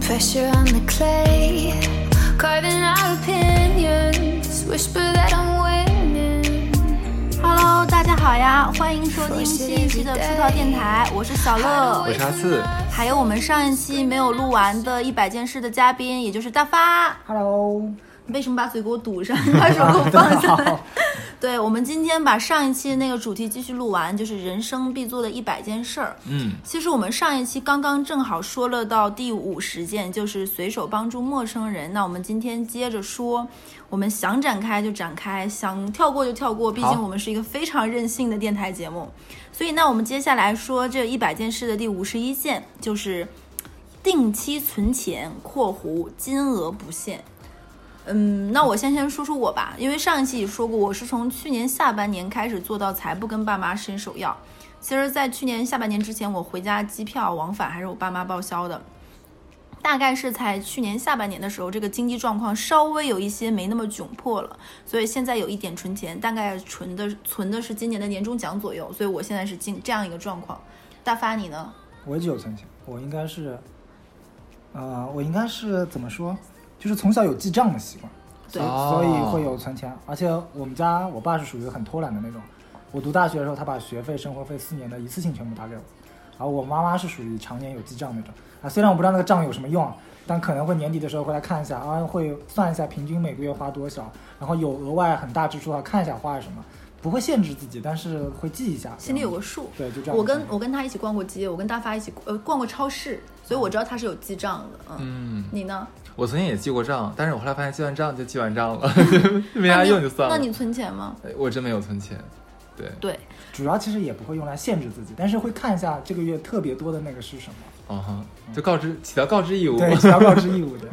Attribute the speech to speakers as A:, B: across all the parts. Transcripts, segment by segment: A: pressure on the clay, carving out opinions, whisper that I'm winning.
B: Hello，大家好呀，欢迎收听新一期的出逃电台，我是小乐
C: 我，是阿次，
B: 还有我们上一期没有录完的一百件事的嘉宾，也就是大发。
D: Hello，
B: 你为什么把嘴给我堵上？ 你把手给我放下来。对，我们今天把上一期的那个主题继续录完，就是人生必做的一百件事儿。
C: 嗯，
B: 其实我们上一期刚刚正好说了到第五十件，就是随手帮助陌生人。那我们今天接着说，我们想展开就展开，想跳过就跳过，毕竟我们是一个非常任性的电台节目。所以，那我们接下来说这一百件事的第五十一件，就是定期存钱（括弧金额不限）。嗯，那我先先说说我吧，因为上一期也说过，我是从去年下半年开始做到财不跟爸妈伸手要。其实，在去年下半年之前，我回家机票往返还是我爸妈报销的。大概是在去年下半年的时候，这个经济状况稍微有一些没那么窘迫了，所以现在有一点存钱，大概存的存的是今年的年终奖左右，所以我现在是经这样一个状况。大发你呢？
D: 我也有存钱，我应该是，呃，我应该是怎么说，就是从小有记账的习惯，
B: 对
D: 所以
C: 哦
D: 所以会有存钱。而且我们家我爸是属于很偷懒的那种，我读大学的时候，他把学费、生活费四年的一次性全部打给我，然后我妈妈是属于常年有记账那种啊，虽然我不知道那个账有什么用啊。但可能会年底的时候回来看一下啊，会算一下平均每个月花多少，然后有额外很大支出啊，看一下花了什么，不会限制自己，但是会记一下，
B: 心里有个数。
D: 对，就这样。
B: 我跟我跟他一起逛过街，我跟大发一起呃逛过超市，所以我知道他是有记账的。嗯，
C: 嗯，
B: 你呢？
C: 我曾经也记过账，但是我后来发现记完账就记完账了，
D: 嗯
C: 没啥啊用就算了。
B: 啊那你存钱吗？
C: 哎我真没有存钱，对，
B: 对，
D: 主要其实也不会用来限制自己，但是会看一下这个月特别多的那个是什么。
C: 嗯哼，就告知起到告知义务。
D: 对，只要告知义务的。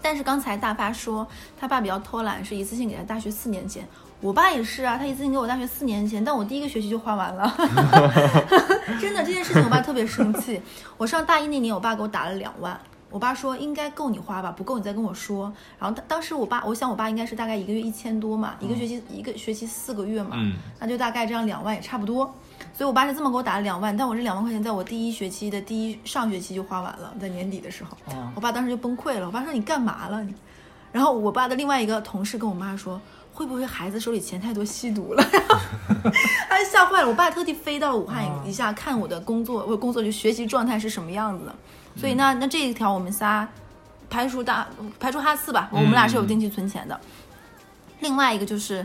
B: 但是刚才大发说他爸比较偷懒，是一次性给他大学四年钱。我爸也是啊，他一次性给我大学四年钱，但我第一个学期就花完了。 真的，这件事情我爸特别生气。 我上大一那年，我爸给我打了两万。我爸说应该够你花吧，不够你再跟我说。然后当当时我爸，我想我爸应该是大概一个月一千多嘛，一个学期一个学期四个月嘛，
C: 嗯
B: 那就大概这样两万也差不多。所以我爸是这么给我打了两万，但我这两万块钱在我第一学期的第一上学期就花完了，在年底的时候。
D: 啊、
B: 我爸当时就崩溃了，我爸说你干嘛了你？然后我爸的另外一个同事跟我妈说，会不会孩子手里钱太多吸毒了？ 然后哎，吓坏了。我爸特地飞到了武汉
D: 啊
B: 一下，看我的工作，我工作就学习状态是什么样子的。所
D: 嗯
B: 以那那这一条我们仨排除大排除哈四吧，我
D: 嗯
B: 们俩是有定期存钱的。另外一个就是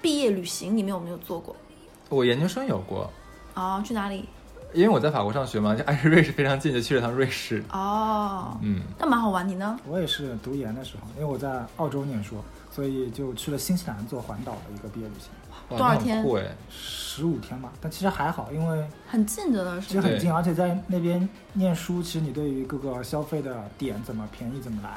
B: 毕业旅行，你们有没有做过？
C: 我研究生有过，
B: 哦，去哪里？
C: 因为我在法国上学嘛，就挨着瑞士非常近，就去了趟瑞士。
B: 哦，
C: 嗯，
B: 那蛮好玩。你呢？
D: 我也是读研的时候，因为我在澳洲念书，所以就去了新西兰做环岛的一个毕业旅行，
C: 哇
B: 多少
C: 那很
B: 天
C: 酷哎，
D: 十五天吧。但其实还好，因为
B: 很近着呢，
D: 其
B: 是
D: 实
B: 吗？
D: 很近，而且在那边念书，其实你对于各个消费的点怎么便宜怎么来。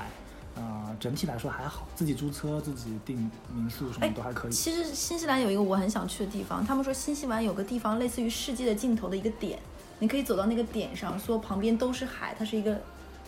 D: 呃，整体来说还好，自己租车、自己订民宿什么
B: 哎
D: 都还可以。
B: 其实新西兰有一个我很想去的地方，他们说新西兰有个地方类似于世界的尽头的一个点，你可以走到那个点上，说旁边都是海，它是一个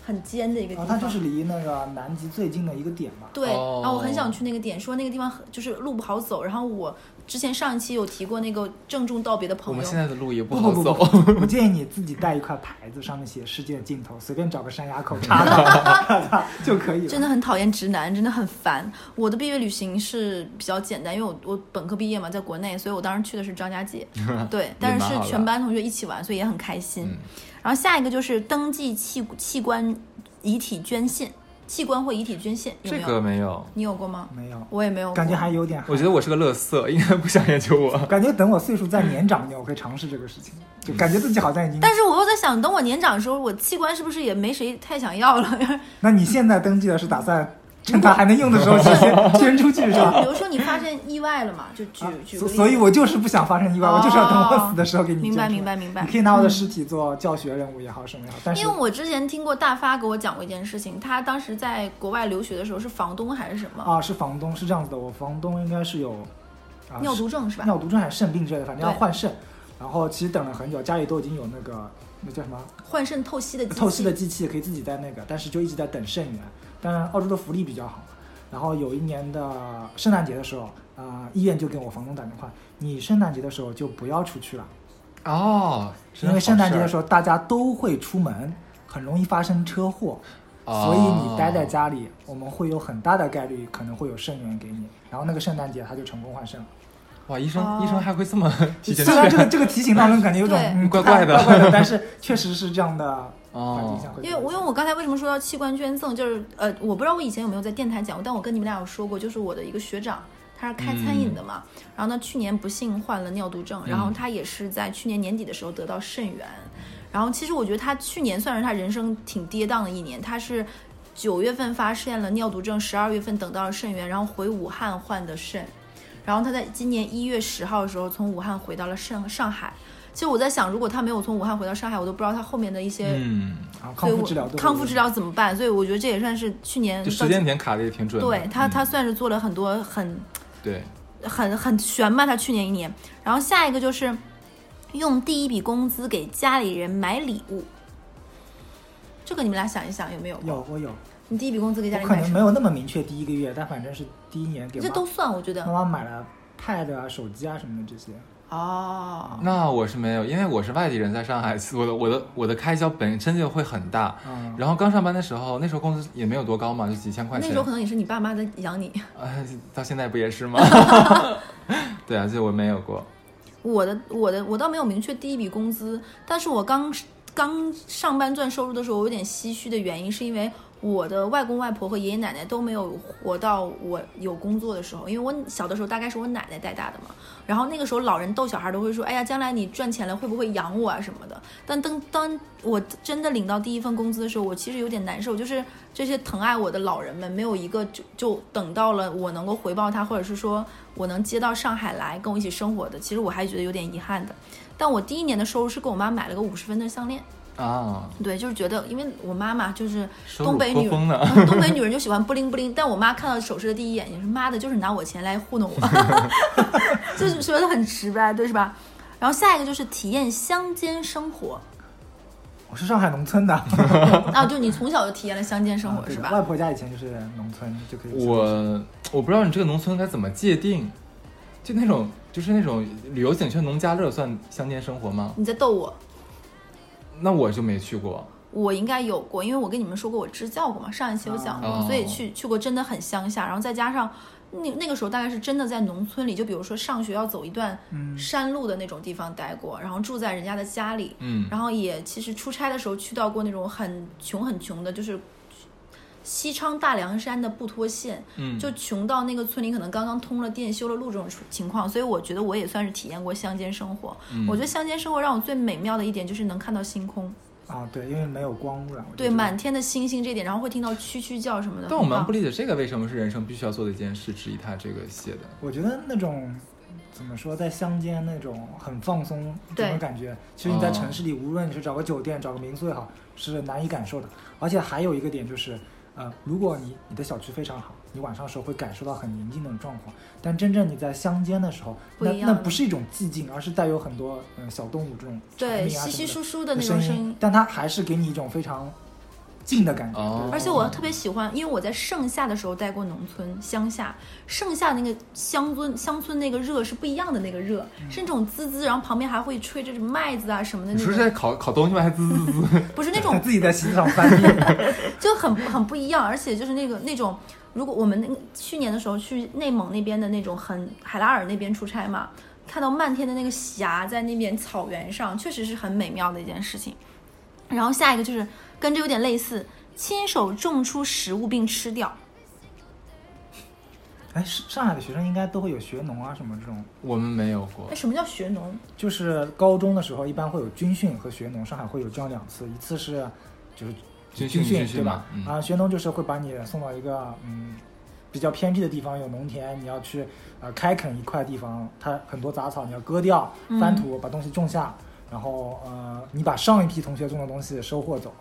B: 很尖的一个地
D: 然后
B: 方。
D: 哦啊它就是离那个南极最近的一个点嘛。
B: 对，
C: 哦
B: 然后我很想去那个点，说那个地方很就是路不好走。然后我之前上一期有提过那个郑重道别的
C: 我
B: 朋
C: 们现
B: 友，
C: 在的路也不
D: 不
C: 好
D: 不嗯
C: 走。
D: 不不，我建议你自己带一块牌子，上面写“世界尽头”，随便找个山崖口 插上就可以了。
B: 真的很讨厌直男，真的很烦。我的毕业旅行是比较简单，因为我我本科毕业嘛，在国内，所以我当时去的是张家 界，对，但是是
C: 也蛮好的
B: 全班同学一起玩，所以也很开心。
C: 嗯
B: 然后下一个就是登记器器官遗体捐献，器官或遗体捐献有没
C: 这
B: 有？
C: 个没有，
B: 你有过吗？
D: 没有，
B: 我也没有过，
D: 感觉还有点，
C: 我觉得我是个乐色，应该不想研究我。
D: 感觉等我岁数再年长一点，我可以尝试这个事情，就感觉自己好像已经。
B: 但是我又在想，等我年长的时候，我器官是不是也没谁太想要了？
D: 那你现在登记的是打算趁它还能用的时候直接 捐出去是
B: 就比
D: 吧？
B: 如说你发现意外了嘛，就举、
D: 啊
B: 举个
D: 所
B: 例子哦
D: 所以，我就是不想发生意外，我就是要等我死的时候给你捐
B: 明
D: 出来。
B: 白明白明白嗯
D: 你。可以拿我的尸体做教学任务也好，什么也好，但是
B: 因为我之前听过大发给我讲过一件事情，他当时在国外留学的时候是房东还是什么、
D: 啊，是房东是这样子的，我房东应该是有啊
B: 尿毒症是吧？
D: 尿毒症还是肾病之类的，反正要
B: 对
D: 换肾。然后其实等了很久，家里都已经有那个那叫什么
B: 换肾透析的机器
D: 透析的机器，可以自己在那个，但是就一直在等肾源。当然，澳洲的福利比较好。然后有一年的圣诞节的时候，啊、医院就给我房东打电话，你圣诞节的时候就不要出去了，
C: 哦，
D: 嗯因为圣诞节的时
C: 候
D: 候大家都会出门，很容易发生车祸。
C: 哦
D: 所以你待在家里，我们会有很大的概率可能会有肾源给你，然后那个圣诞节他就成功换肾了。
C: 哇，医生、
D: 啊
B: 哦
C: 医生还会这么提前
D: 虽然这
C: 劝
D: 个这个提醒让人感觉有种
B: 对
D: 嗯
C: 怪怪的
D: 怪怪的，但是确实是这样的环境
C: 哦
D: 下会。
B: 因为我因为我刚才为什么说到器官捐赠，就是呃，我不知道我以前有没有在电台讲过，但我跟你们俩有说过，就是我的一个学长，他是开餐饮的嘛，然后呢，去年不幸患了尿毒症，然后他也是在去年年底的时候得到肾源，然后其实我觉得他去年算是他人生挺跌宕的一年，他是。九月份发现了尿毒症，十二月份等到了肾源，然后回武汉换的肾，然后他在今年一月十号的时候从武汉回到了上上海。其实我在想，如果他没有从武汉回到上海，我都不知道他后面的一些
C: 嗯，
D: 啊康
B: 所以
D: 复
B: 我
D: 治疗都
B: 康复治疗怎么办？所以我觉得这也算是去年嗯
C: 就
B: 到
C: 时间点卡的也挺准的。
B: 对他，
C: 嗯
B: 他算是做了很多很
C: 对，
B: 很很悬吧，他去年一年。然后下一个就是用第一笔工资给家里人买礼物，这个你们俩想一想有没有过？
D: 有我有，
B: 你第一笔工资给家
D: 我
B: 里
D: 可
B: 买
D: 能
B: 什
D: 没
B: 么？
D: 有那么明确第一个月，但反正是第一嗯年给
B: 这
D: 妈
B: 都算，我觉
D: 妈
B: 得
D: 妈买了 pad 啊、手机啊什么的这些。
B: 哦，
C: 那我是没有，因为我是外地人，在上海，我的我的我的开销本身就会很大。
D: 嗯，
C: 然后刚上班的时候，那时候工资也没有多高嘛，就几千块
B: 那
C: 钱。
B: 时候可能也是你爸妈在养你。
C: 哎，到现在不也是 吗？对啊，就我没有过。
B: 我的我的我倒没有明确第一笔工资，但是我刚刚上班赚收入的时候，我有点唏嘘的原因是因为我的外公外婆和爷爷奶奶都没有活到我有工作的时候，因为我小的时候大概是我奶奶带大的嘛，然后那个时候老人逗小孩都会说，哎呀，将来你赚钱了会不会养我啊什么的。但当当我真的领到第一份工资的时候，我其实有点难受，就是这些疼爱我的老人们没有一个就就等到了我能够回报他，或者是说我能接到上海来跟我一起生活的，其实我还觉得有点遗憾的。但我第一年的收入是给我妈买了个五十分的项链，
C: 啊，
B: 对，就是觉得因为我妈妈 就是
C: 收入
B: 东北
C: 颇
B: 女人
C: 丰呢
B: 东北女人就喜欢布灵布灵，但我妈看到首饰的第一眼睛是妈的，就是拿我钱来糊弄我， 就是觉得很直白，对是吧？然后下一个就是体验乡间生活，
D: 我是上海农 村的，
B: 啊，就你从小就体验了乡间生
D: 啊
B: 活
D: 对
B: 是
D: 的
B: 吧？
D: 外婆家以前就是农村，就可以。
C: 我我不知道你这个农村该怎么界定，就那种就是那种旅游景区的农家乐算乡间生活吗？
B: 你在逗我，
C: 那我就没去过。
B: 我应该有过，因为我跟你们说过我支教过嘛，上一期有讲过，
C: 哦
B: 所以去去过真的很乡下，然后再加上那那个时候大概是真的在农村里，就比如说上学要走一段
D: 嗯
B: 山路的那种地方待过，然后住在人家的家里，
C: 嗯，
B: 然后也其实出差的时候去到过那种很穷很穷的，就是西昌大凉山的布拖县，
C: 嗯
B: 就穷到那个村里可能刚刚通了电、修了路这种处情况，所以我觉得我也算是体验过乡间生活。
C: 嗯
B: 我觉得乡间生活让我最美妙的一点就是能看到星空，
D: 啊，对，因为没有光污染。我觉
B: 对
D: 得
B: 满天的星星这点，然后会听到蛐蛐叫什么的。
C: 但我
B: 很
C: 蛮
B: 棒
C: 不理解这个为什么是人生必须要做的一件事之一，他这个写的。
D: 我觉得那种怎么说，在乡间那种很放松
B: 对
D: 这种感觉，其实你在
C: 哦
D: 城市里，无论你是找个酒店、找个民宿也好，是难以感受的。而且还有一个点就是，呃，如果你你的小区非常好，你晚上的时候会感受到很宁静的状况。但真正你在乡间的时候，
B: 不
D: 那
B: 一样
D: 那
B: 的
D: 不是一种寂静，而是带有很多嗯、呃小动物这种
B: 对
D: 蝉鸣啊
B: 稀
D: 什
B: 稀
D: 么的
B: 疏疏的
D: 的
B: 那种声音
D: 音，，但它还是给你一种非常静的感觉。
C: 哦
D: 对
B: 而且我特别喜欢，因为我在盛夏的时候待过农村乡下，盛夏那个乡村乡村那个热是不一样的那个热，是那种滋滋，然后旁边还会吹着麦子啊什么的
C: 嗯你
B: 那
C: 说是
B: 种，
C: 在烤烤东西吗？还滋滋 滋？
B: 不是那
D: 我
B: 种
D: 自己在洗澡翻 译，
B: 就很很不一样，而且就是那个那种，如果我们那个去年的时候去内蒙那边的那种很海拉尔那边出差嘛，看到漫天的那个霞在那边草原上，确实是很美妙的一件事情。然后下一个就是跟这有点类似，亲手种出食物并吃掉。
D: 哎，是上海的学生应该都会有学农啊什么这种，
C: 我们没有过
B: 哎，。什么叫学农？
D: 就是高中的时候一般会有军训和学农，上海会有这样两次，一次是就是
C: 军训
D: 军
C: 军训
D: 对
C: 嘛
D: 吧？
C: 嗯
D: 啊，学农就是会把你送到一个嗯比较偏僻的地方，有农田，你要去呃开垦一块地方，它很多杂草你要割掉、翻土，把东西种下，然后呃你把上一批同学种的东西收获走，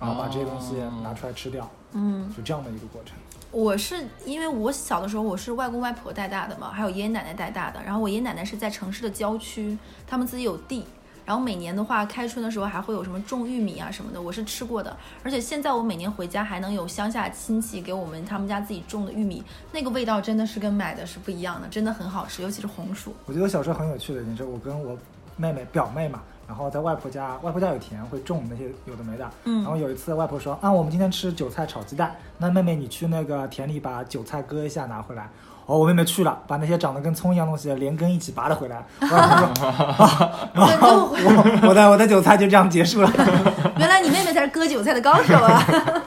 D: 然后把这些东西
C: 哦
D: 拿出来吃掉，
B: 嗯，
D: 就这样的一个过程。
B: 我是因为我小的时候我是外公外婆带大的嘛，还有爷爷奶奶带大的。然后我爷爷奶奶是在城市的郊区，他们自己有地。然后每年的话，开春的时候还会有什么种玉米啊什么的，我是吃过的。而且现在我每年回家还能有乡下亲戚给我们他们家自己种的玉米，那个味道真的是跟买的是不一样的，真的很好吃，尤其是红薯。
D: 我觉得我小时候很有趣的一件事，我跟我妹妹表妹嘛，然后在外婆家，外婆家有田，会种那些有的没的。
B: 嗯
D: 然后有一次，外婆说：“啊，我们今天吃韭菜炒鸡蛋，那妹妹你去那个田里把韭菜割一下拿回来。”哦，我妹妹去了，把那些长得跟葱一样东西连根一起拔了 回来。外婆说：“啊，然
B: 对这么
D: 后
B: 回
D: 我我的我的韭菜就这样结束了。”
B: 原来你妹妹才是割韭菜的高手啊！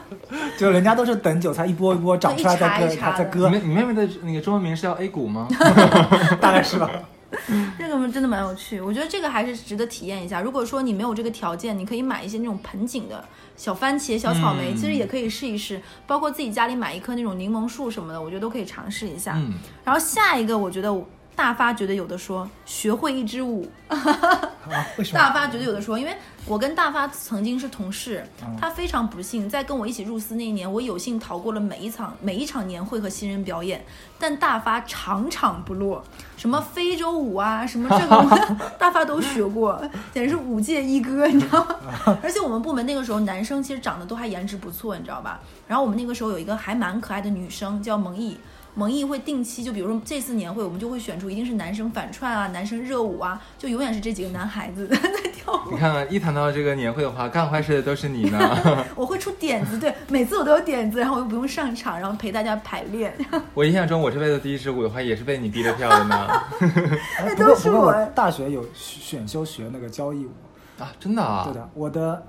D: 就人家都是等韭菜一波一波长出来再
B: 就
D: 割，
B: 一茬一茬
D: 他再
C: 你
D: 割，
C: 妹你妹妹的那个中文名是叫 A 股 吗？
D: 大概是吧？
B: 这个真的蛮有趣，我觉得这个还是值得体验一下。如果说你没有这个条件，你可以买一些那种盆景的小番茄、小草莓，
C: 嗯
B: 其实也可以试一试。包括自己家里买一棵那种柠檬树什么的，我觉得都可以尝试一下。
C: 嗯，
B: 然后下一个，我觉得大发觉得有的说，学会一支舞。
D: 啊，为什么？
B: 大发觉得有的说，因为我跟大发曾经是同事，
D: 嗯
B: 他非常不幸，在跟我一起入司那一年，我有幸逃过了每一场每一场年会和新人表演，但大发场场不落，什么非洲舞啊，什么这个舞 大发都学过，简直是舞界一哥，你知道吗？而且我们部门那个时候男生其实长得都还颜值不错，你知道吧？然后我们那个时候有一个还蛮可爱的女生叫蒙毅。蒙毅会定期，就比如说这次年会，我们就会选出一定是男生反串啊，男生热舞啊，就永远是这几个男孩子 在跳舞。
C: 你看看，一谈到这个年会的话，干坏事的都是你呢。
B: 我会出点子，对，每次我都有点子，然后我又不用上场，然后陪大家排练。
C: 我印象中，我这辈子第一支舞的话，也是被你逼着跳的 呢。
D: 哎不
B: 都
D: 过
B: 是
D: 不过
B: 我
D: 我大学有选修学那个交谊舞，
C: 啊，真的啊？
D: 对的，我的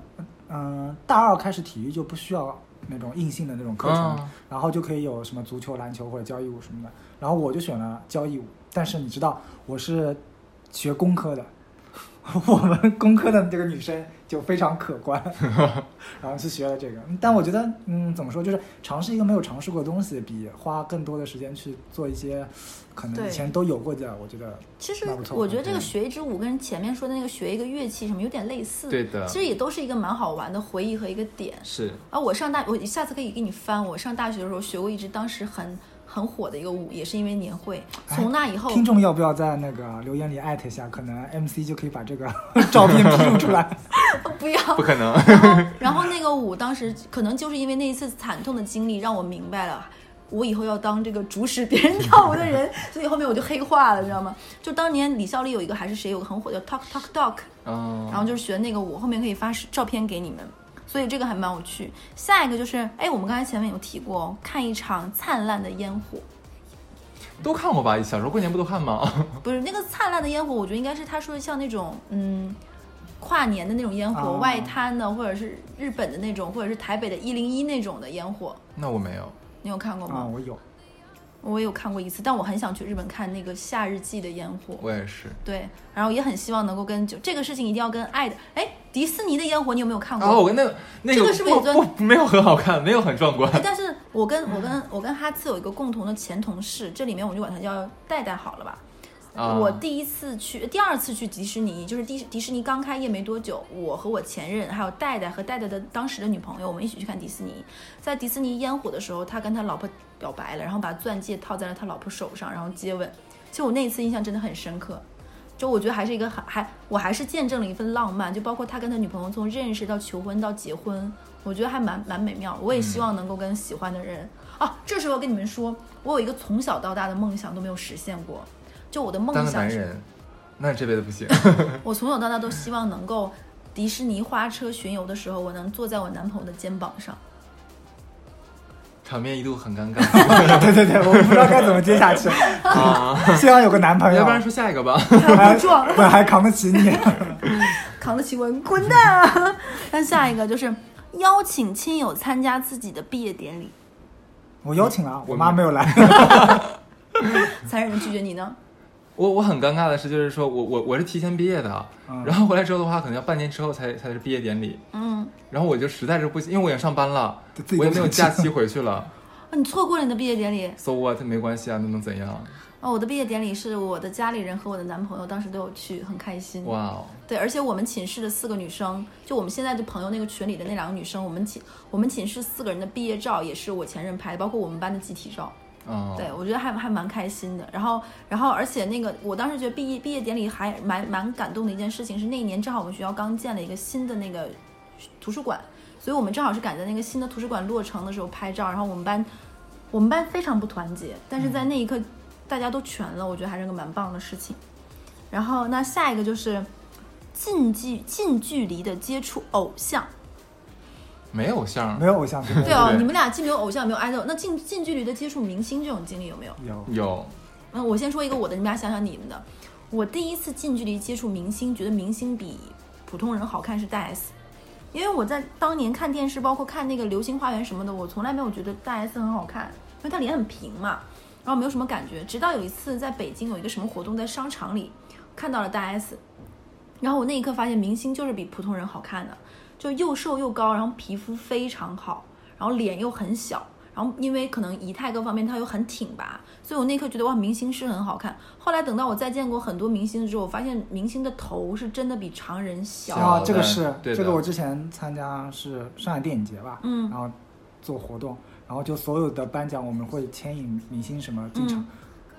D: 嗯、大二开始体育就不需要那种硬性的那种课程
C: 嗯，
D: 然后就可以有什么足球、篮球或者交谊舞什么的，然后我就选了交谊舞，但是你知道我是学工科的。 我们工科的这个女生就非常可观， 然后去学了这个。但我觉得，嗯，怎么说，就是尝试一个没有尝试过的东西，比花更多的时间去做一些可能
B: 对
D: 以前都有过的，我觉得
B: 其实
D: 那不错
B: 我觉得这个
D: 嗯
B: 学一支舞跟前面说的那个学一个乐器什么有点类似，
C: 对的
B: 其实也都是一个蛮好玩的回忆和一个点。
C: 是。
B: 啊，我上大，我下次可以给你翻。我上大学的时候学过一支当时很很火的一个舞，也是因为年会。
D: 哎
B: 从那以后，
D: 听众要不要在那个留言里艾特一下？可能 MC 就可以把这个 照片披露出来。
B: 不要
C: 不可能，
B: 然后，然后那个舞当时可能就是因为那一次惨痛的经历，让我明白了，我以后要当这个主使别人跳舞的人， 所以后面我就黑化了，知道吗？就当年李孝利有一个还是谁有个很火叫 Talk Talk Talk，
C: 嗯，
B: 然后就是学那个舞，后面可以发视照片给你们。所以这个还蛮有趣。下一个就是，哎，我们刚才前面有提过哦，看一场灿烂的烟火，
C: 都看过吧？小时候过年不都看吗？
B: 不是那个灿烂的烟火，我觉得应该是他说的像那种嗯。跨年的那种烟火，
D: 哦
B: 外滩的，或者是日本的那种，或者是台北的一零一那种的烟火，
C: 那我没有。
B: 你有看过
D: 啊，
B: 吗？
D: 我有，
B: 我有看过一次，但我很想去日本看那个夏日祭的烟火。
C: 我也是。
B: 对，然后也很希望能够跟就这个事情一定要跟爱的哎，迪士尼的烟火你有没有看过？
C: 哦，我跟那个那
B: 这
C: 个
B: 个是不是也
C: 不不没有很好看，没有很壮观
B: 哎。但是我跟我跟我跟哈次有一个共同的前同事，这里面我就管他叫戴戴好了吧。
C: 啊
B: 我第一次去，第二次去迪士尼，就是迪迪士尼刚开业没多久，我和我前任还有戴戴和戴戴的当时的女朋友，我们一起去看迪士尼。在迪士尼烟火的时候，他跟他老婆表白了，然后把钻戒套在了他老婆手上，然后接吻。其实我那一次印象真的很深刻，就我觉得还是一个很还我还是见证了一份浪漫，就包括他跟他女朋友从认识到求婚到结婚，我觉得还蛮蛮美妙。我也
C: 嗯
B: 希望能够跟喜欢的人、啊，这时候跟你们说，我有一个从小到大的梦想都没有实现过，就我的梦
C: 当个
B: 想
C: 男
B: 是
C: 人，那这辈子不 行。
B: 我从小到大都希望能够迪士尼花车巡游的时候，我能坐在我男朋友的肩膀 上。
C: 场面一度很尴尬
D: 对对对，我不知道该怎么接下去。
C: 啊！
D: 希望有个男朋友，
C: 要不然说下一个吧。
D: 还
B: 不撞
D: 对还扛得起 你。
B: 扛得起我，你滚蛋、啊！ 那下一个就是邀请亲友参加自己的毕业典礼，
D: 我邀请了，啊
C: 我
D: 我妈没有来。
B: 残忍的拒绝你呢？
C: 我我很尴尬的是，就是说我我我是提前毕业的，
D: 嗯
C: 然后回来之后的话，可能要半年之后才才是毕业典礼。
B: 嗯，
C: 然后我就实在是不行，因为我已经上班了
D: 对自，己
C: 我也
D: 都
C: 没有
D: 生气
C: 假期回去了。
B: 啊你错过了你的毕业典礼
C: So what？没关系啊，那能怎样？
B: 哦！我的毕业典礼是我的家里人和我的男朋友当时都有去，很开心。
C: 哇哦！
B: 对，而且我们寝室的四个女生，就我们现在的朋友那个群里的那两个女生，我们寝我们寝室四个人的毕业照也是我前任拍的，包括我们班的集体照。
C: 嗯，
B: 对，我觉得还还蛮开心的。然后，然后，而且那个，我当时觉得毕业毕业典礼还蛮蛮感动的一件事情是，那一年正好我们学校刚建了一个新的那个图书馆，所以我们正好是赶在那个新的图书馆落成的时候拍照。然后我们班我们班非常不团结，但是在那一刻大家都全了，我觉得还是个蛮棒的事情。然后那下一个就是近距近距离的接触偶像。
C: 没有像
D: 没有偶像剧，
B: 对哦，
C: 对
B: 你们俩既没有偶像，也没有 idol，那近近距离的接触明星这种经历有没有？
D: 有
C: 有，
B: 嗯，我先说一个我的，你们俩想想你们的。我第一次近距离接触明星，觉得明星比普通人好看是大 S，因为我在当年看电视，包括看那个《流星花园》什么的，我从来没有觉得大 S 很好看，因为她脸很平嘛，然后没有什么感觉。直到有一次在北京有一个什么活动，在商场里看到了大 S，然后我那一刻发现明星就是比普通人好看的，就又瘦又高，然后皮肤非常好，然后脸又很小，然后因为可能仪态各方面她又很挺拔，所以我那一刻觉得哇，明星是很好看。后来等到我再见过很多明星之后，我发现明星的头是真的比常人小。
C: 小
D: 啊，这个
C: 的
D: 是
C: 对
D: 这个
C: 的
D: 我之前参加是上海电影节吧，
B: 嗯
D: 然后做活动，然后就所有的颁奖我们会牵引明星什么进场。
B: 嗯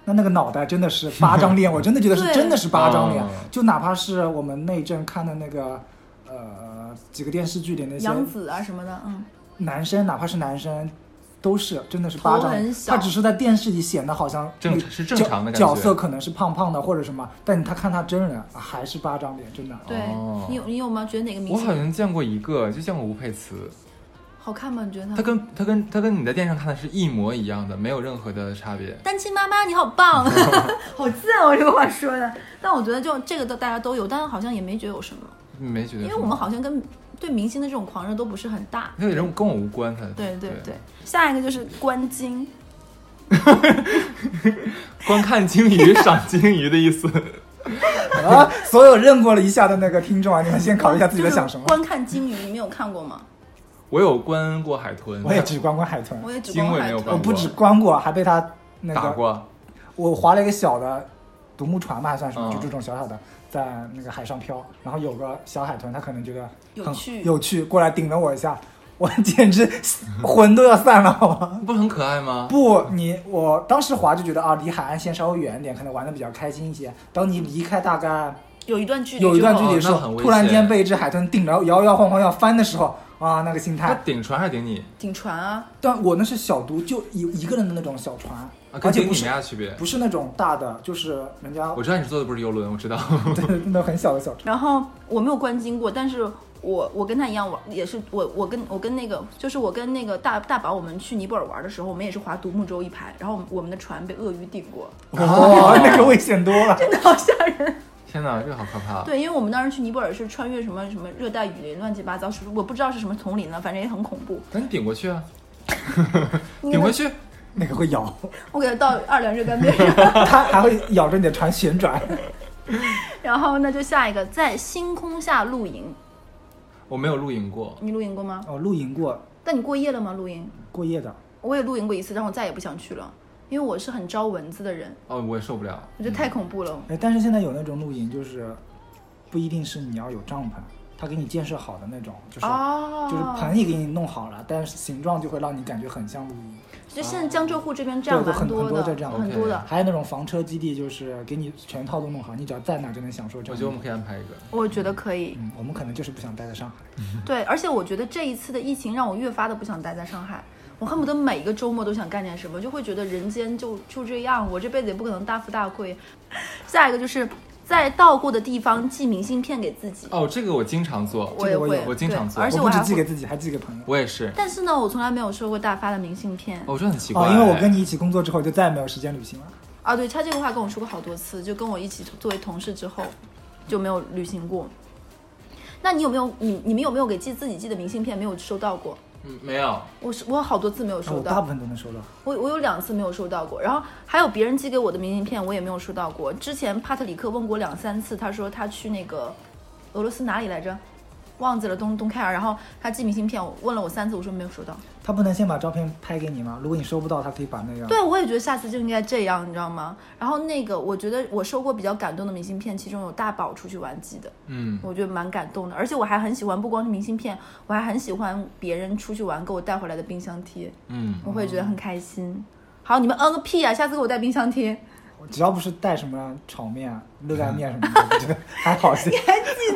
D: 那那个脑袋真的是八张 脸，我真的觉得是
B: 对
D: 真的是八张脸
C: 嗯，
D: 就哪怕是我们那一阵看的那个，呃，几个电视剧里那些
B: 杨紫啊什么的，嗯，
D: 男生，哪怕是男生，都是真的是巴
B: 头
D: 掌
B: 很
D: 脸。
B: 小
D: 他只是在电视里显得好像
C: 正
D: 那
C: 是正
D: 角
C: 常的感
D: 角
C: 觉
D: 色，可能是胖胖的或者什么，但他看他真人啊还是巴掌脸，真的。
B: 对、
C: 哦
B: 你有你有吗？觉得哪个明
C: 我好
B: 星
C: 像见过一个，就见过吴佩慈，
B: 好看吗？你
D: 嗯
B: 觉得
C: 她
B: 她？
C: 跟她跟她跟你在电视上看的是一模一样的，没有任何的差别。
B: 单亲妈妈，你好 棒，好贱哦！这个话说的，但我觉得就这个都大家都有，但是好像也没觉得有什么，
C: 没觉得
B: 因
C: 什么，
B: 为我们好像跟对明星的这种狂热都不是很大。
C: 那个人跟我无关，他
B: 对对对，下一个就是观鲸，
C: 观看鲸鱼、 赏鲸鱼的意思。
D: 啊，所有认过了一下的那个听众啊，你们先考虑一下自己
B: 就
D: 在
B: 是
D: 想什么。
B: 观看鲸鱼，你们有看过吗？
C: 我有观过海豚，
D: 我也只观过海豚，
B: 我也只
C: 鲸
B: 观
C: 我也
B: 海
C: 没有
D: 我
B: 豚
C: 观。
D: 不止观过，还被他那
C: 打
D: 个
C: 过，
D: 我划了一个小的独木船吧，还算什么，
C: 嗯
D: 就这种小小的，在那个海上漂，然后有个小海豚，它可能觉得
B: 有
D: 很
B: 趣
D: 有趣，过来顶了我一下，我简直 魂都要散了，好吗？
C: 不是很可爱吗？
D: 不，你我当时滑就觉得啊，离海岸线稍微远一点，可能玩的比较开心一些。当你离开大概
B: 有一段距离，
D: 有一段距
C: 哦
D: 离的时候，
C: 那很危
D: 突然间
C: 险
D: 被一只海豚顶着摇摇晃晃要翻的时候，啊，那个心
C: 他
D: 态。
C: 顶船还是顶你？
B: 顶船啊，
D: 但我那是小独，就一一个人的那种小船，
C: 啊，
D: 而
C: 跟
D: 且
C: 顶
D: 不
C: 你没
D: 是
C: 啥区别。
D: 不是那种大的，就是 人家
C: 我知道你坐的不是游轮，我知道。
D: 对 那种很小的小船。
B: 然后我没有观鲸过，但是我我跟他一样玩，也是我我跟我跟那个就是我跟那个大大宝，我们去尼泊尔玩的时候，我们也是划独木舟一排，然后我们我们的船被鳄鱼顶过，
C: 啊
D: 哦，那个危险多了。
B: 真的好吓人。
C: 天哪，这个好可怕。啊
B: 对，因为我们当时去尼泊尔是穿越什么什么热带雨林，乱七八糟，是我不知道是什么丛林了，反正也很恐怖。
C: 赶紧顶过去 啊！
B: 你
C: 顶回去，
D: 那个会咬，
B: 我给他倒二两热干面。
D: 它还会咬着你的船旋转。
B: 然后那就下一个，在星空下露营，
C: 我没有露营过。
B: 你露营过吗？
D: 哦，露营过
B: 但你过夜了吗？露营？
D: 过夜的，
B: 我也露营过一次，但我再也不想去了，因为我是很招蚊子的人，
C: 哦，我也受不了。
B: 我觉得太恐怖了。
D: 哎，但是现在有那种露营，就是不一定是你要有帐篷，它给你建设好的那种，就是、
B: 哦，
D: 就是盆也给你弄好了，但是形状就会让你感觉很像露营。
B: 就现在江浙沪这边这
D: 对
B: 样
D: 对，
B: 蛮
D: 很很
B: 的，
D: 在这样。
B: 很多的。
D: 还有那种房车基地，就是给你全套都弄好，你只要在哪就能享受这
C: 我觉
D: 样的。
C: 得我们可以安排一个。
B: 我觉得可以，
D: 嗯，我们可能就是不想待在上海。
B: 对，而且我觉得这一次的疫情让我越发的不想待在上海，我恨不得每个周末都想干点什么，就会觉得人间就就这样，我这辈子也不可能大富大贵。 下一个就是在到过的地方寄明信片给自己，
C: 哦，这个我经常做。
B: 也
D: 我
B: 会，
D: 有
C: 我经常
B: 对
C: 做
B: 而且
D: 我不
B: 还
D: 止寄给
B: 会，
D: 自己，还寄给朋友。
C: 我也是。
B: 但是呢，我从来没有收过大发的明信片。
C: 哦，我觉得很奇怪。
D: 哦，因为我跟你一起工作之后，就再也没有时间旅行了。
B: 啊，对他这个话跟我说过好多次，就跟我一起作为同事之后就没有旅行过。那你有没有你你们有没有给寄自己寄的明信片没有收到过？
C: 嗯没有。
B: 我是我有好多次没有
D: 啊我
B: 收
D: 大
B: 到，
D: 部分都能收到。
B: 我我有两次没有收到过，然后还有别人寄给我的明信片我也没有收到过。之前帕特里克问过两三次，他说他去那个俄罗斯哪里来着，忘记了东东开尔，然后他寄明信片，我问了我三次，我说没有收到。
D: 他不能先把照片拍给你吗？如果你收不到，他可以把那个。
B: 对，我也觉得下次就应该这样，你知道吗？然后那个我觉得我收过比较感动的明信片，其中有大宝出去玩寄的，
C: 嗯，
B: 我觉得蛮感动的，而且我还很喜欢，不光是明信片，我还很喜欢别人出去玩给我带回来的冰箱贴，
C: 嗯，
B: 我会觉得
D: 哦
B: 很开心。好，你们嗯个屁啊！下次给我带冰箱贴，
D: 只要不是带什么炒面、啊、热干面什么 的，我觉得还好些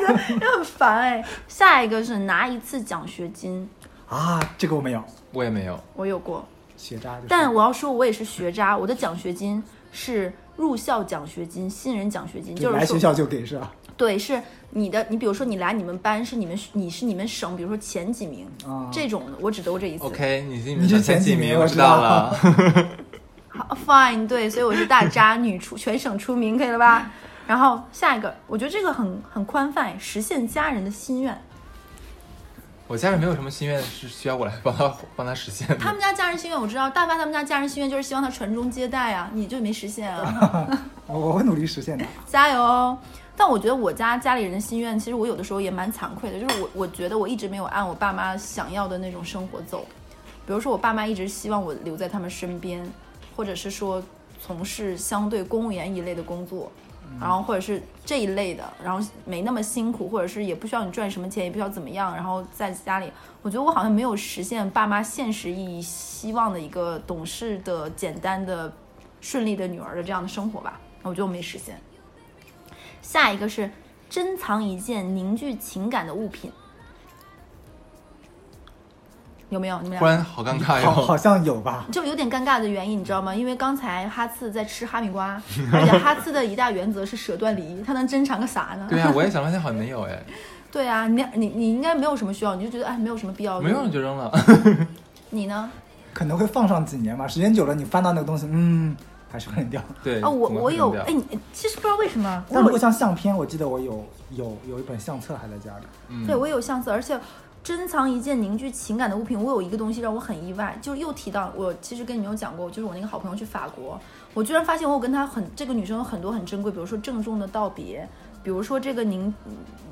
B: 很烦哎。下一个是拿一次奖学金，
D: 啊。这个我没有，
C: 我也没有。
B: 我有过，
D: 学渣就是。
B: 但我要说，我也是学渣，我的奖学金是入校奖学金、新人奖学金，
D: 就是来
B: 说
D: 学校就给是吧？啊
B: 对，是你的，你比如说你来你们班是你们你是你们省，比如说前几名，
D: 啊
B: 这种的我只得过这一次。
C: OK，你是
D: 你是
C: 们
D: 前
C: 前
D: 几名
C: 名，
D: 我
C: 我
D: 知
C: 知
D: 道
C: 道了。
B: 好 Fine，对，所以我是大渣女出全省出名，可以了吧？然后下一个，我觉得这个很很宽泛，实现家人的心愿。
C: 我家人没有什么心愿是需要我来帮他帮他实现的。
B: 他们家家人心愿我知道，但凡他们家家人心愿就是希望他传宗接代啊，你就没实现啊，
D: 我我会努力实现的。
B: 加油哦！但我觉得我家家里人的心愿，其实我有的时候也蛮惭愧的，就是我我觉得我一直没有按我爸妈想要的那种生活走。比如说，我爸妈一直希望我留在他们身边，或者是说从事相对公务员一类的工作，然后或者是这一类的，然后没那么辛苦，或者是也不需要你赚什么钱，也不需要怎么样，然后在家里，我觉得我好像没有实现爸妈现实意义希望的一个懂事的、简单的、顺利的女儿的这样的生活吧，我觉得我没实现。下一个是珍藏一件凝聚情感的物品，有没有？你们俩
C: 忽然好尴尬
D: 好，好
C: 哟。
D: 像有吧？
B: 就有点尴尬的原因，你知道吗？因为刚才哈次在吃哈密瓜， 而且哈次的一大原则是舍断离，他能珍藏个啥呢？
C: 对啊呀、我也想了半天，好像没有哎，
B: 对啊，你你你应该没有什么需要，你就觉得哎，没有什么必要。
C: 没有人就扔了。
B: 你呢？
D: 可能会放上几年吧，时间久了，你翻到那个东西，嗯，还是会扔掉。
C: 对
B: 啊，我
C: 怎么
B: 我
C: 会
B: 有
C: 扔掉
B: 哎，你其实不知道为什么，啊我
D: 但如果
B: 有
D: 像相片，我记得我有有有一本相册还在家里。
C: 嗯
B: 对我有相册，而且珍藏一件凝聚情感的物品。我有一个东西让我很意外，就是又提到我其实跟你们有讲过，就是我那个好朋友去法国，我居然发现我有跟她很这个女生有很多很珍贵，比如说郑重的道别，比如说这个凝